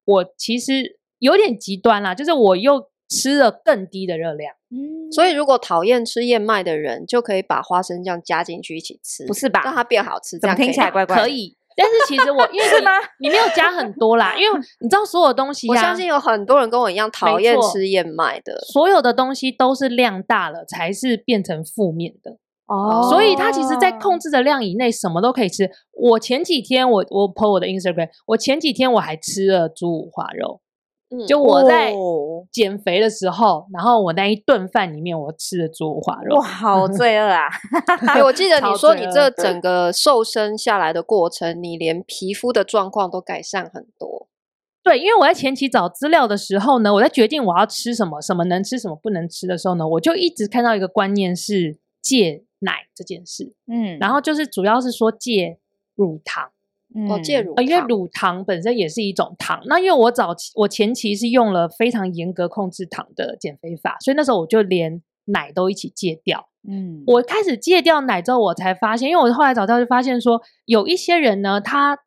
[SPEAKER 3] 我其实有点极端啦，就是我又吃了更低的热量。
[SPEAKER 2] 嗯
[SPEAKER 1] 所以如果讨厌吃燕麦的人，就可以把花生酱加进去一起吃，
[SPEAKER 2] 不是吧？
[SPEAKER 1] 让它变好吃，这
[SPEAKER 2] 怎
[SPEAKER 1] 样
[SPEAKER 2] 么听起来怪怪？
[SPEAKER 3] 可，以。但是其实我因为
[SPEAKER 2] 是
[SPEAKER 3] 你
[SPEAKER 2] 吗
[SPEAKER 3] 你没有加很多 啦，因为你知道所有东西、啊，
[SPEAKER 1] 我相信有很多人跟我一样讨
[SPEAKER 3] 没
[SPEAKER 1] 厌
[SPEAKER 3] 错
[SPEAKER 1] 吃燕麦的，
[SPEAKER 3] 所有的东西都是量大了才是变成负面的，
[SPEAKER 2] 哦
[SPEAKER 3] 所以它其实在控制的量以内，什么都可以吃。我前几天我我 po 我的 Instagram，我前几天我还吃了猪五花肉，
[SPEAKER 1] 嗯
[SPEAKER 3] 就我在
[SPEAKER 2] 哦
[SPEAKER 3] 减肥的时候，然后我那一顿饭里面我吃了猪五花肉
[SPEAKER 2] 哇，，好 罪恶啊！
[SPEAKER 1] 哎我记得你
[SPEAKER 3] 超
[SPEAKER 1] 说
[SPEAKER 3] 罪
[SPEAKER 1] 你
[SPEAKER 3] 恶
[SPEAKER 1] 这整个瘦身下来的过程，你连皮肤的状况都改善很多。
[SPEAKER 3] 对，因为我在前期找资料的时候呢，我在决定我要吃什么、什么能吃、什么不能吃的时候呢，我就一直看到一个观念是戒奶这件事，
[SPEAKER 2] 嗯，
[SPEAKER 3] 然后就是主要是说戒乳糖，
[SPEAKER 1] 哦，介
[SPEAKER 2] 嗯
[SPEAKER 1] 乳
[SPEAKER 3] 呃，因为
[SPEAKER 1] 糖
[SPEAKER 3] 乳糖本身也是一种糖。那因为我早期我前期是用了非常严格控制糖的减肥法，所以那时候我就连奶都一起戒掉。
[SPEAKER 2] 嗯，
[SPEAKER 3] 我开始戒掉奶之后，我才发现，因为我后来找到就发现说，有一些人呢，他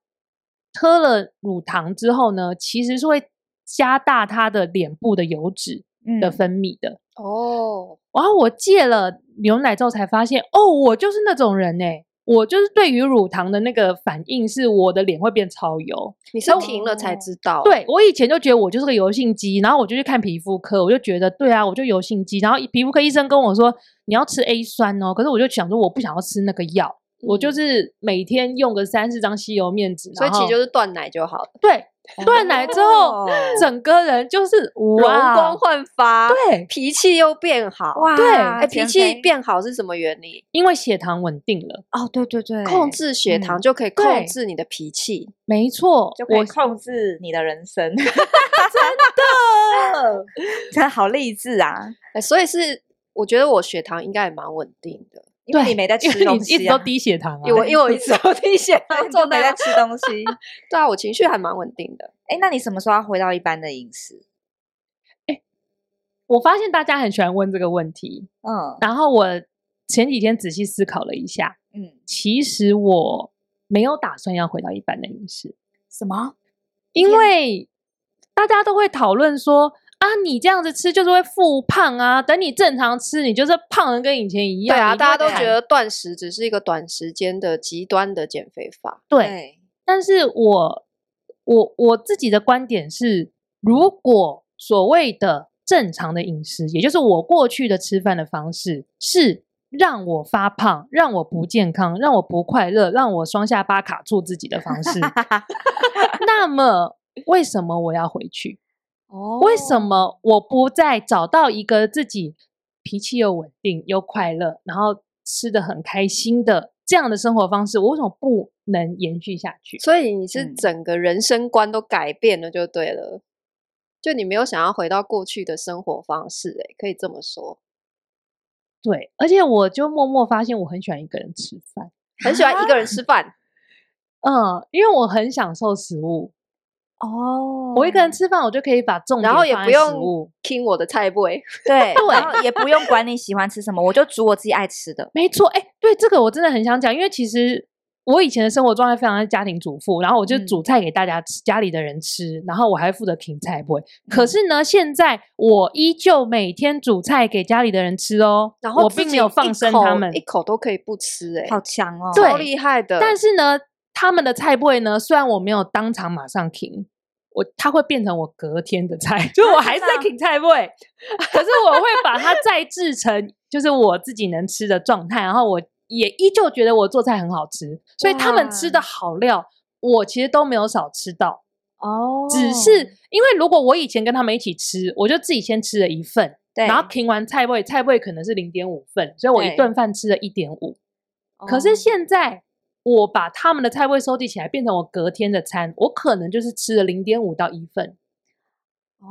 [SPEAKER 3] 喝了乳糖之后呢，其实是会加大他的脸部的油脂的
[SPEAKER 2] 嗯
[SPEAKER 3] 分泌的。
[SPEAKER 1] 哦，
[SPEAKER 3] 然后我戒了牛奶之后，才发现，哦，我就是那种人呢、我就是对于乳糖的那个反应，是我的脸会变超油。
[SPEAKER 1] 你是停了才
[SPEAKER 2] 哦
[SPEAKER 1] 知道。，
[SPEAKER 3] 对我以前就觉得我就是个油性肌，然后我就去看皮肤科，我就觉得对啊，我就油性肌。然后皮肤科医生跟我说你要吃 A 酸哦，可是我就想说我不想要吃那个药，我就
[SPEAKER 1] 嗯
[SPEAKER 3] 是每天用个三四张吸油面纸，
[SPEAKER 1] 所以其
[SPEAKER 3] 然
[SPEAKER 1] 实
[SPEAKER 3] 后
[SPEAKER 1] 就是断奶就好了，
[SPEAKER 3] 对断奶之后，
[SPEAKER 2] 哦
[SPEAKER 3] 整个人就是
[SPEAKER 1] 容
[SPEAKER 3] 哇
[SPEAKER 1] 光，焕发，
[SPEAKER 3] 对，
[SPEAKER 1] 哦 脾气又变好。
[SPEAKER 2] 哇，
[SPEAKER 3] 对
[SPEAKER 1] 哎，脾
[SPEAKER 2] 减
[SPEAKER 1] 气
[SPEAKER 2] 肥
[SPEAKER 1] 变好是什么原理？
[SPEAKER 3] 因为血糖稳定了，
[SPEAKER 2] 哦，对对对，
[SPEAKER 1] 控制血
[SPEAKER 3] 嗯
[SPEAKER 1] 糖就可以
[SPEAKER 3] 对
[SPEAKER 1] 控制你的脾气。
[SPEAKER 3] 没错，
[SPEAKER 2] 就可以
[SPEAKER 3] 我
[SPEAKER 2] 控制你的人生，真的， 真的好励志啊！
[SPEAKER 1] 哎，所以是我觉得我血糖应该也蛮稳定的，
[SPEAKER 2] 因为
[SPEAKER 3] 对
[SPEAKER 2] 你没在
[SPEAKER 3] 因
[SPEAKER 2] 吃
[SPEAKER 3] 为
[SPEAKER 2] 东
[SPEAKER 3] 你一直
[SPEAKER 2] 西
[SPEAKER 3] 都
[SPEAKER 2] 啊，
[SPEAKER 3] 低血糖啊，
[SPEAKER 1] 因为我因为我一直都低血
[SPEAKER 2] 对
[SPEAKER 1] 糖，
[SPEAKER 2] 你都
[SPEAKER 1] 重
[SPEAKER 2] 没
[SPEAKER 1] 在
[SPEAKER 2] 在吃东西。
[SPEAKER 1] 对啊，我情绪还蛮稳定的。
[SPEAKER 2] 哎，那你什么时候要回到一般的饮食？
[SPEAKER 3] 我发现大家很喜欢问这个问题，
[SPEAKER 2] 嗯
[SPEAKER 3] 然后我前几天仔细思考了一下，
[SPEAKER 2] 嗯，
[SPEAKER 3] 其实我没有打算要回到一般的饮食，
[SPEAKER 2] 什么？
[SPEAKER 3] 因为大家都会讨论说啊，你这样子吃就是会复胖啊，等你正常吃，你就是胖的跟以前一
[SPEAKER 1] 对
[SPEAKER 3] 样。
[SPEAKER 1] 啊，
[SPEAKER 3] 你就
[SPEAKER 1] 大家都
[SPEAKER 3] 会
[SPEAKER 1] 觉
[SPEAKER 3] 弹
[SPEAKER 1] 得断食只是一个短时间的极端的减肥法。
[SPEAKER 3] 对，，但是我我我自己的观点是，如果所谓的正常的饮食，也就是我过去的吃饭的方式，是让我发胖、让我不健康、让我不快乐、让我双下巴卡住自己的方式， 那么为什么我要回去？
[SPEAKER 2] 哦
[SPEAKER 3] 为什？么我不再找到一个自己脾气又稳定又快乐，然后吃的很开心的这样的生活方式？我为什么不能延续下去？
[SPEAKER 1] 所以你是
[SPEAKER 2] 嗯
[SPEAKER 1] 整个人生观都改变了，就对了。就你没有想要回到过去的生活方式、欸，可以这么 说。
[SPEAKER 3] 对，而且我就默默发现我很喜欢一个人吃饭，
[SPEAKER 1] 很喜欢一个人吃饭，
[SPEAKER 3] 嗯，因为我很享受食物。
[SPEAKER 2] 哦，
[SPEAKER 3] 我一个人吃饭，我就可以把 重点
[SPEAKER 1] 然后也
[SPEAKER 3] 放
[SPEAKER 1] 不
[SPEAKER 3] 在食
[SPEAKER 1] 用
[SPEAKER 3] 物。
[SPEAKER 1] 听我的菜味。
[SPEAKER 2] 对，然后也不用管你喜欢吃什么，我就煮我自己爱吃的。
[SPEAKER 3] 没错，哎，对这个我真的很想讲，因为其实我以前的生活状态非常像家庭主妇，然后我就
[SPEAKER 2] 嗯
[SPEAKER 3] 煮菜给大家吃，家里的人吃，然后我还负责品菜不会。
[SPEAKER 1] 嗯
[SPEAKER 3] 可是呢，现在我依旧每天煮菜给家里的人吃哦，
[SPEAKER 1] 然后
[SPEAKER 3] 我
[SPEAKER 1] 自
[SPEAKER 3] 并
[SPEAKER 1] 己
[SPEAKER 3] 没有放
[SPEAKER 1] 一
[SPEAKER 3] 生
[SPEAKER 1] 口
[SPEAKER 3] 他们
[SPEAKER 1] 一，口都可以不吃、欸，
[SPEAKER 2] 好强哦！
[SPEAKER 3] 对
[SPEAKER 1] 超厉害的。
[SPEAKER 3] 但是呢，他们的菜不会呢，虽然我没有当场马上停，我它会变成我隔天的菜， 就是我还是在停菜不会，可是我会把它再制成就是我自己能吃的状态，然后我也依旧觉得我做菜很好吃，所以他们吃的好料，我其实都没有少吃到，
[SPEAKER 2] 哦
[SPEAKER 3] 只是因为如果我以前跟他们一起吃，我就自己先吃了一份。
[SPEAKER 2] 对，
[SPEAKER 3] 然后停完菜味，菜味可能是零点五份，所以我一
[SPEAKER 2] 对
[SPEAKER 3] 顿饭吃了一点五。可是
[SPEAKER 2] 哦
[SPEAKER 3] 现在我把他们的菜味收集起来，变成我隔天的餐，我可能就是吃了零点五到一份，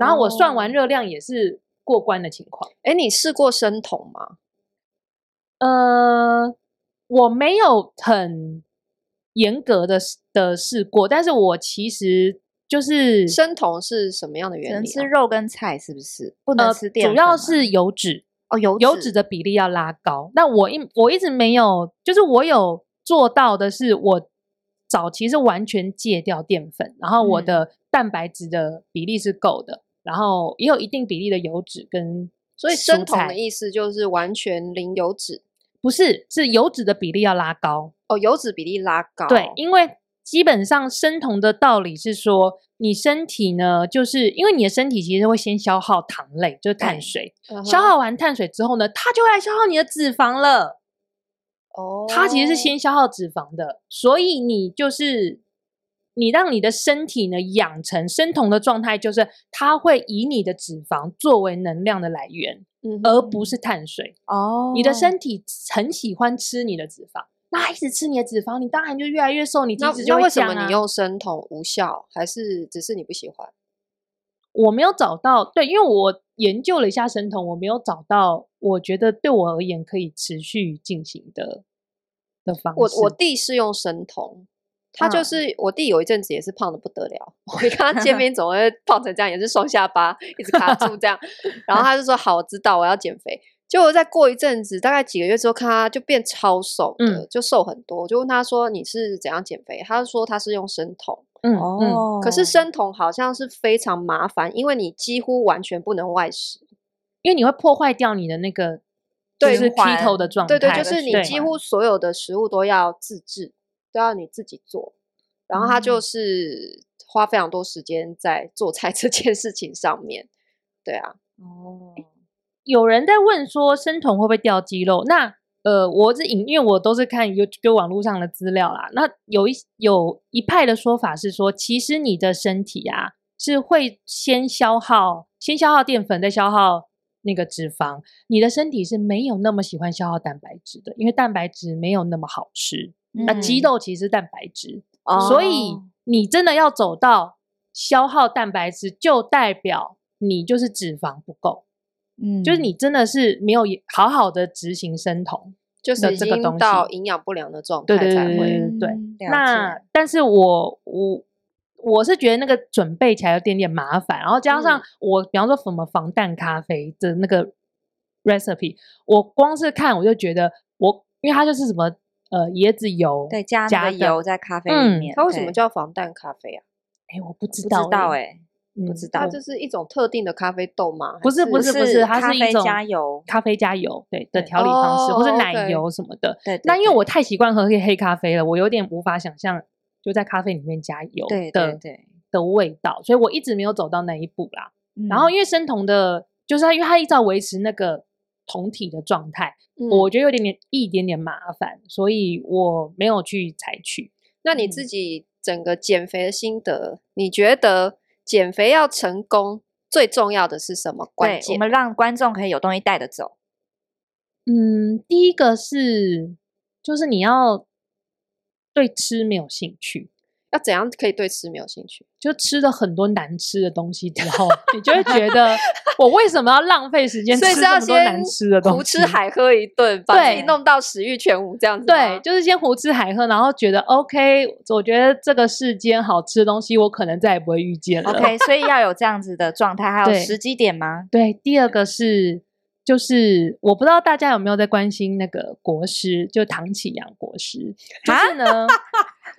[SPEAKER 3] 然后我算完
[SPEAKER 2] 哦
[SPEAKER 3] 热量也是过关的情况。
[SPEAKER 1] 哎、你试过生酮吗？
[SPEAKER 3] 呃，我没有很严格的的试过，但是我其实就是
[SPEAKER 1] 生酮是什么样的
[SPEAKER 2] 只
[SPEAKER 1] 原
[SPEAKER 2] 能
[SPEAKER 1] 理、
[SPEAKER 2] 吃
[SPEAKER 1] 啊？
[SPEAKER 2] 肉跟菜，是不是？不能
[SPEAKER 3] 呃，
[SPEAKER 2] 吃淀
[SPEAKER 3] 主
[SPEAKER 2] 粉
[SPEAKER 3] 要
[SPEAKER 2] 吗
[SPEAKER 3] 是油脂，
[SPEAKER 2] 哦油
[SPEAKER 3] 油脂的比例要拉高。那我一我一直没有，就是我有做到的是，我早期是完全戒掉淀粉，然后我
[SPEAKER 2] 嗯
[SPEAKER 3] 的蛋白质的比例是够的，然后也有一定比例的油脂跟
[SPEAKER 1] 所以
[SPEAKER 3] 蔬
[SPEAKER 1] 生酮
[SPEAKER 3] 菜
[SPEAKER 1] 的意思就是完全零油脂
[SPEAKER 3] 不是是油脂的比例要拉高。
[SPEAKER 1] 哦，油脂比例拉高。
[SPEAKER 3] 对，因为基本上生酮的道理是说，你身体呢，就是因为你的身体其实会先消耗糖类，就是碳
[SPEAKER 2] 对
[SPEAKER 3] 水，
[SPEAKER 1] 嗯哼，
[SPEAKER 3] 消耗完碳水之后呢，它就会来消耗你的脂肪了。
[SPEAKER 1] 哦，
[SPEAKER 3] 它其实是先消耗脂肪的，所以你就是你让你的身体呢养成生酮的状态，就是它会以你的脂肪作为能量的来源，
[SPEAKER 1] 嗯
[SPEAKER 3] 而不是碳水。
[SPEAKER 2] 哦
[SPEAKER 3] 你的身体很喜欢吃你的脂肪，那它一直吃你的脂肪，你当然就越来越瘦，你体
[SPEAKER 1] 那
[SPEAKER 3] 脂就
[SPEAKER 1] 那
[SPEAKER 3] 会
[SPEAKER 1] 为什
[SPEAKER 3] 降
[SPEAKER 1] 么
[SPEAKER 3] 啊
[SPEAKER 1] 你用生酮无效，还是只是你不喜欢？
[SPEAKER 3] 我没有找到，对，因为我研究了一下生酮，我没有找到我觉得对我而言可以持续进行的的方式。
[SPEAKER 1] 我我弟是用生酮，他就
[SPEAKER 2] 嗯
[SPEAKER 1] 是、我弟有一阵子也是胖的不得了， 我一跟他 见面总会胖成这样，也是双下巴一直卡住这样，然后他就说好，我知道我要减肥。结果再过一阵子，大概几个月之后，看他就变超瘦的，
[SPEAKER 3] 嗯
[SPEAKER 1] 就瘦很多。我就问他说你是怎样减肥？他就说他是用生酮，
[SPEAKER 3] 嗯嗯
[SPEAKER 2] 哦，
[SPEAKER 1] 可是生酮好像是非常麻烦，因为你几乎完全不能外食。
[SPEAKER 3] 因为你会破坏掉你的那个
[SPEAKER 1] 对
[SPEAKER 3] 就是
[SPEAKER 2] 循环
[SPEAKER 3] keto 的状态，
[SPEAKER 1] 对对，
[SPEAKER 2] 态
[SPEAKER 1] 就
[SPEAKER 2] 的
[SPEAKER 1] 是你
[SPEAKER 3] 对
[SPEAKER 1] 几乎所有的食物都要自制，都要你自己做。然后他就
[SPEAKER 3] 嗯
[SPEAKER 1] 是花非常多时间在做菜 这件事情上面。对啊，
[SPEAKER 2] 哦，
[SPEAKER 3] 呃有人在问说生酮会不会掉肌肉？那呃，我是引，因为我都是看 YouTube 网络上的资料啦。那有一有一派的说法是说，其实你的身体啊是会先消耗，先消耗淀粉，再消耗那个脂肪。你的身体是没有那么喜欢消耗蛋白质的，因为蛋白质没有那么好吃。那
[SPEAKER 2] 嗯
[SPEAKER 3] 肌肉其实是蛋白质，
[SPEAKER 2] 哦
[SPEAKER 3] 所以你真的要走到消耗蛋白质，就代表你就是脂肪不够。
[SPEAKER 2] 嗯
[SPEAKER 3] 就是你真的是没有好好的执行生酮。
[SPEAKER 1] 就是
[SPEAKER 3] 的
[SPEAKER 1] 已
[SPEAKER 3] 这个
[SPEAKER 1] 经
[SPEAKER 3] 东
[SPEAKER 1] 到
[SPEAKER 3] 西
[SPEAKER 1] 营养不良的状态
[SPEAKER 3] 对对
[SPEAKER 1] 才
[SPEAKER 3] 对
[SPEAKER 1] 会。
[SPEAKER 3] 对对
[SPEAKER 2] 嗯了
[SPEAKER 3] 那
[SPEAKER 2] 解
[SPEAKER 3] 但是我我我是觉得那个准备起来有点点麻烦，然后加上
[SPEAKER 1] 嗯
[SPEAKER 3] 我、比方说什么防弹咖啡的那个 recipe，我光是看我就觉得我因为它就是什么呃椰子油，
[SPEAKER 2] 对加那
[SPEAKER 3] 加
[SPEAKER 2] 个
[SPEAKER 3] 的
[SPEAKER 2] 油在咖啡里
[SPEAKER 3] 嗯
[SPEAKER 2] 面，
[SPEAKER 1] 它为什么
[SPEAKER 2] 对
[SPEAKER 1] 叫防弹咖啡啊？
[SPEAKER 3] 哎、我不知
[SPEAKER 2] 不
[SPEAKER 3] 道、
[SPEAKER 2] 知道哎？
[SPEAKER 3] 嗯
[SPEAKER 2] 不知道
[SPEAKER 1] 它就是一种特定的咖啡豆吗？还
[SPEAKER 3] 不是不
[SPEAKER 2] 是
[SPEAKER 3] 是不
[SPEAKER 2] 是
[SPEAKER 3] 是，它
[SPEAKER 2] 咖
[SPEAKER 3] 是
[SPEAKER 2] 啡
[SPEAKER 3] 一种
[SPEAKER 2] 加油
[SPEAKER 3] 咖啡加油对的
[SPEAKER 2] 对
[SPEAKER 3] 调理方式，
[SPEAKER 1] 哦
[SPEAKER 3] 或是
[SPEAKER 1] ，OK
[SPEAKER 3] 奶油什么的。
[SPEAKER 2] 对，对
[SPEAKER 3] 那因为
[SPEAKER 2] 对
[SPEAKER 3] 我太习惯喝黑黑咖啡了，我有点无法想象就在咖啡里面加油
[SPEAKER 2] 对对
[SPEAKER 3] 的
[SPEAKER 2] 对，嗯
[SPEAKER 3] 的味道，所以我一直没有走到那一步啦。然后因
[SPEAKER 2] 为
[SPEAKER 3] 为生酮的，就是它因为它一直要维持那个酮体的状态，
[SPEAKER 1] 嗯
[SPEAKER 3] 我觉得有点点一点点麻烦，所以我没有去采取。
[SPEAKER 1] 那你
[SPEAKER 3] 嗯
[SPEAKER 1] 自己整个减肥的心得，你觉得减肥要成功最重要的是什么关
[SPEAKER 2] 对我
[SPEAKER 1] 键？
[SPEAKER 2] 们让观众可以有东西带得走，
[SPEAKER 3] 嗯，第一个是就是你要对吃没有兴趣，
[SPEAKER 1] 要怎样可以对吃没有兴趣？
[SPEAKER 3] 就吃了很多难吃的东西之后，你就会觉得我为什么要浪费时间吃
[SPEAKER 1] 所以是
[SPEAKER 3] 这
[SPEAKER 1] 要
[SPEAKER 3] 么多难
[SPEAKER 1] 先
[SPEAKER 3] 吃的东西？
[SPEAKER 1] 胡吃海喝一顿，把自己
[SPEAKER 3] 对
[SPEAKER 1] 弄到食欲全无这样子。
[SPEAKER 3] 对，，就是先胡吃海喝，然后觉得 OK，我觉得这个世间好吃的东西，我可能再也不会遇见了。
[SPEAKER 2] OK，所以要有这样子的状态，还有
[SPEAKER 3] 对
[SPEAKER 2] 时机点吗？
[SPEAKER 3] 对，第二个是，就是我不知道大家有没有在关心那个国师，就唐启阳国师，
[SPEAKER 1] 啊
[SPEAKER 3] 就是呢，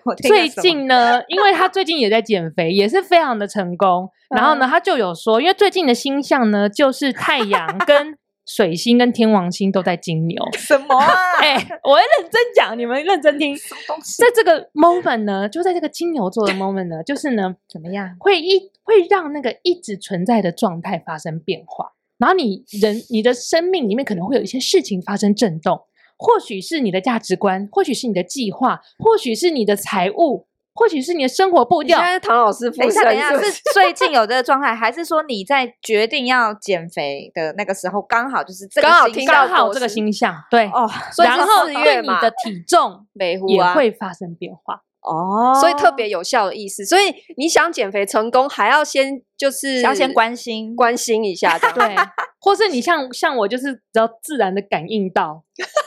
[SPEAKER 2] 我听了
[SPEAKER 3] 最
[SPEAKER 2] 什么
[SPEAKER 3] 近呢，因为他最近也在减肥，也是非常的 成功。然后呢，
[SPEAKER 2] 嗯
[SPEAKER 3] 他就有说，因为最近的星象呢，就是太阳跟水星跟天王星都在 金牛。
[SPEAKER 2] 什么啊？
[SPEAKER 3] 哎、我会认真讲，你们认真听。
[SPEAKER 2] 什么东西
[SPEAKER 3] 在这个 moment 呢，就在这个金牛座的 moment 呢，就是呢，
[SPEAKER 2] 怎么样？
[SPEAKER 3] 会一会让那个一直存在的状态发生变化，然后你人你的生命里面可能会有一些事情发生震动，或许是你的价值观，或许是你的计划，或许是你的财务，或许是你的生活步
[SPEAKER 1] 你现
[SPEAKER 3] 调。
[SPEAKER 1] 在是唐老师附
[SPEAKER 2] 等一下，
[SPEAKER 1] 身
[SPEAKER 2] 等一下，
[SPEAKER 1] 是不是？
[SPEAKER 2] 是最近有这个状态，还是说你在决定要减肥的那个时候，刚好就是这个
[SPEAKER 1] 刚好
[SPEAKER 2] 星
[SPEAKER 1] 听
[SPEAKER 2] 象
[SPEAKER 1] 到
[SPEAKER 3] 刚好
[SPEAKER 1] 国
[SPEAKER 3] 这个
[SPEAKER 1] 师
[SPEAKER 3] 星象，对，
[SPEAKER 2] 哦
[SPEAKER 1] 所以
[SPEAKER 3] 然
[SPEAKER 1] 是
[SPEAKER 3] 后
[SPEAKER 1] 四
[SPEAKER 3] 对
[SPEAKER 1] 月
[SPEAKER 3] 你
[SPEAKER 1] 嘛
[SPEAKER 3] 的体 重
[SPEAKER 1] 北湖
[SPEAKER 3] 也
[SPEAKER 1] 啊，
[SPEAKER 3] 会发生变 化。
[SPEAKER 2] 哦，
[SPEAKER 1] 所以特别有效的意思。所以你想减肥成功，还要先就是
[SPEAKER 2] 要先关心，
[SPEAKER 1] 关心一下，这 样
[SPEAKER 3] 对，或是你像像我，就是比较自然的感应到，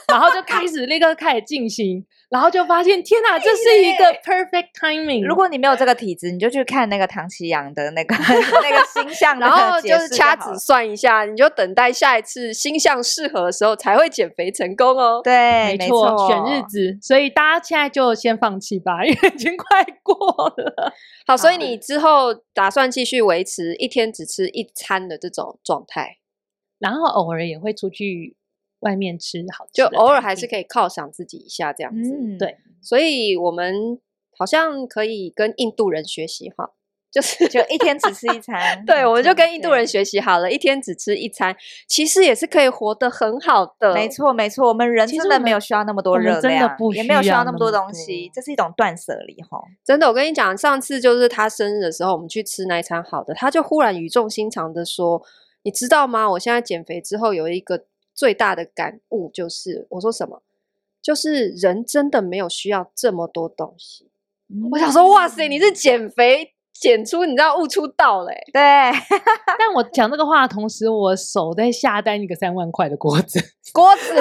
[SPEAKER 3] 然后就开始立刻开始进行，然后就发现天哪，这是一 个 perfect timing。
[SPEAKER 2] 如果你没有这个体质，你就去看那个唐奇阳 的那个那个星象的
[SPEAKER 1] 然后
[SPEAKER 2] 解
[SPEAKER 1] 就
[SPEAKER 2] 释
[SPEAKER 1] 是
[SPEAKER 2] 就
[SPEAKER 1] 掐
[SPEAKER 2] 好
[SPEAKER 1] 指
[SPEAKER 2] 了
[SPEAKER 1] 算一下，你就等待下一次星象适合的时候才会减肥成功哦。
[SPEAKER 2] 对，
[SPEAKER 3] 没
[SPEAKER 2] 没
[SPEAKER 3] 错，选日子，所以大家现在就先放弃吧， 因为已经快过了。
[SPEAKER 1] 好，所以
[SPEAKER 2] 好
[SPEAKER 1] 你之后打算继续维持一天只吃一餐的这种状态，
[SPEAKER 3] 然后偶尔也会出去外面吃好吃
[SPEAKER 1] 就
[SPEAKER 3] 的，
[SPEAKER 1] 偶尔还是可
[SPEAKER 3] 以。
[SPEAKER 1] 以犒赏自己一下这样子。
[SPEAKER 2] 嗯，
[SPEAKER 3] 对
[SPEAKER 1] 所以我们好像可以跟印度人学习哈，就是。
[SPEAKER 2] 就一天只吃一餐
[SPEAKER 1] 对，我们就
[SPEAKER 2] 没错
[SPEAKER 1] 跟印度人。学习好了，一天只吃一餐，其实也是可以活得很好的。
[SPEAKER 2] 对没，错，没错，我们人
[SPEAKER 3] 其
[SPEAKER 2] 真
[SPEAKER 3] 实
[SPEAKER 2] 的
[SPEAKER 3] 我
[SPEAKER 2] 没有
[SPEAKER 3] 们
[SPEAKER 2] 需要那么多
[SPEAKER 3] 我们
[SPEAKER 2] 热
[SPEAKER 3] 真的
[SPEAKER 2] 量，
[SPEAKER 3] 不
[SPEAKER 2] 也
[SPEAKER 3] 需
[SPEAKER 2] 没有需
[SPEAKER 3] 要
[SPEAKER 2] 要那
[SPEAKER 3] 那
[SPEAKER 2] 么多
[SPEAKER 3] 么
[SPEAKER 2] 东西，
[SPEAKER 3] 多
[SPEAKER 2] 这是一种断舍离哈。
[SPEAKER 1] 真的，我跟你讲，上次就是他生日的时候，我们去吃那一餐好的，他就忽然语重心长的说：“你知道吗？我现在减肥之后有一个最大的感悟，就是我说什么，就是人真的没有需要这么多东西。”我想说，哇塞，你是减肥减出，你知道悟出道欸嘞、
[SPEAKER 2] 对，
[SPEAKER 3] 但我讲这个话的同时，我手在下单一个三万块的锅 子，
[SPEAKER 2] 锅子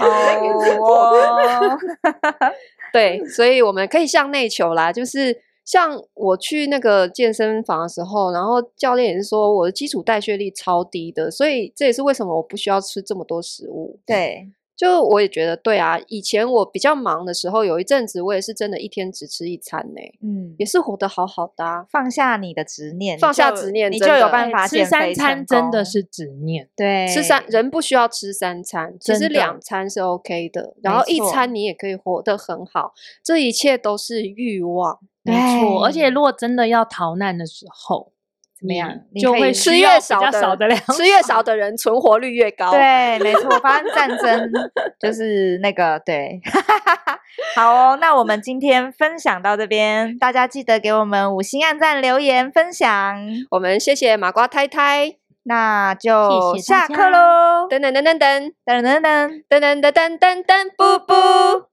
[SPEAKER 2] 啊，哦，
[SPEAKER 1] 对，所以我们可以向内求啦，就是像我去那个健身房的时候，然后教练也是说我的基础代谢率超低的，所以这也是为什么我不需要吃这么多食物。，
[SPEAKER 2] 对，
[SPEAKER 1] 就我也觉得对啊，以前我比较忙的时候，有一阵子我也是真的一天只吃一餐呢、
[SPEAKER 2] 嗯
[SPEAKER 1] 也，是活得好好的、啊。
[SPEAKER 2] 放下你的执念，你
[SPEAKER 1] 放下
[SPEAKER 2] 就
[SPEAKER 1] 执念
[SPEAKER 2] 你就
[SPEAKER 1] 真
[SPEAKER 2] 有
[SPEAKER 1] 的
[SPEAKER 2] 办法
[SPEAKER 3] 吃
[SPEAKER 2] 减
[SPEAKER 3] 三
[SPEAKER 2] 肥
[SPEAKER 3] 餐
[SPEAKER 2] 成
[SPEAKER 3] 真的
[SPEAKER 2] 功
[SPEAKER 3] 是执念。
[SPEAKER 2] 对，
[SPEAKER 1] 吃三人不需要吃三餐，其实
[SPEAKER 3] 真的
[SPEAKER 1] 两餐是 OK 的，然
[SPEAKER 2] 没
[SPEAKER 1] 后一
[SPEAKER 2] 错
[SPEAKER 1] 餐你也可以活得很好，这一切都是欲望。
[SPEAKER 3] 没错，而且
[SPEAKER 2] 对
[SPEAKER 3] 如果真的要逃难的时候，怎
[SPEAKER 2] 么样你
[SPEAKER 3] 就
[SPEAKER 2] 可以
[SPEAKER 3] 会
[SPEAKER 2] 吃
[SPEAKER 3] 需
[SPEAKER 1] 越
[SPEAKER 3] 要比
[SPEAKER 1] 少
[SPEAKER 3] 较
[SPEAKER 1] 的
[SPEAKER 3] 少的量，
[SPEAKER 1] 吃越少的人，存活率越高。
[SPEAKER 2] 对，没错，发生战争就是那个对。 好哦，那我们今天分享到这边，大家记得给我们五星按赞、留言、分享。
[SPEAKER 1] 我们谢谢麻瓜太太，
[SPEAKER 2] 那就
[SPEAKER 3] 谢谢大
[SPEAKER 2] 下
[SPEAKER 3] 家
[SPEAKER 2] 课喽，
[SPEAKER 1] 等等等等等
[SPEAKER 2] 噔噔
[SPEAKER 1] 等
[SPEAKER 2] 噔。
[SPEAKER 1] 等等等等等，不不。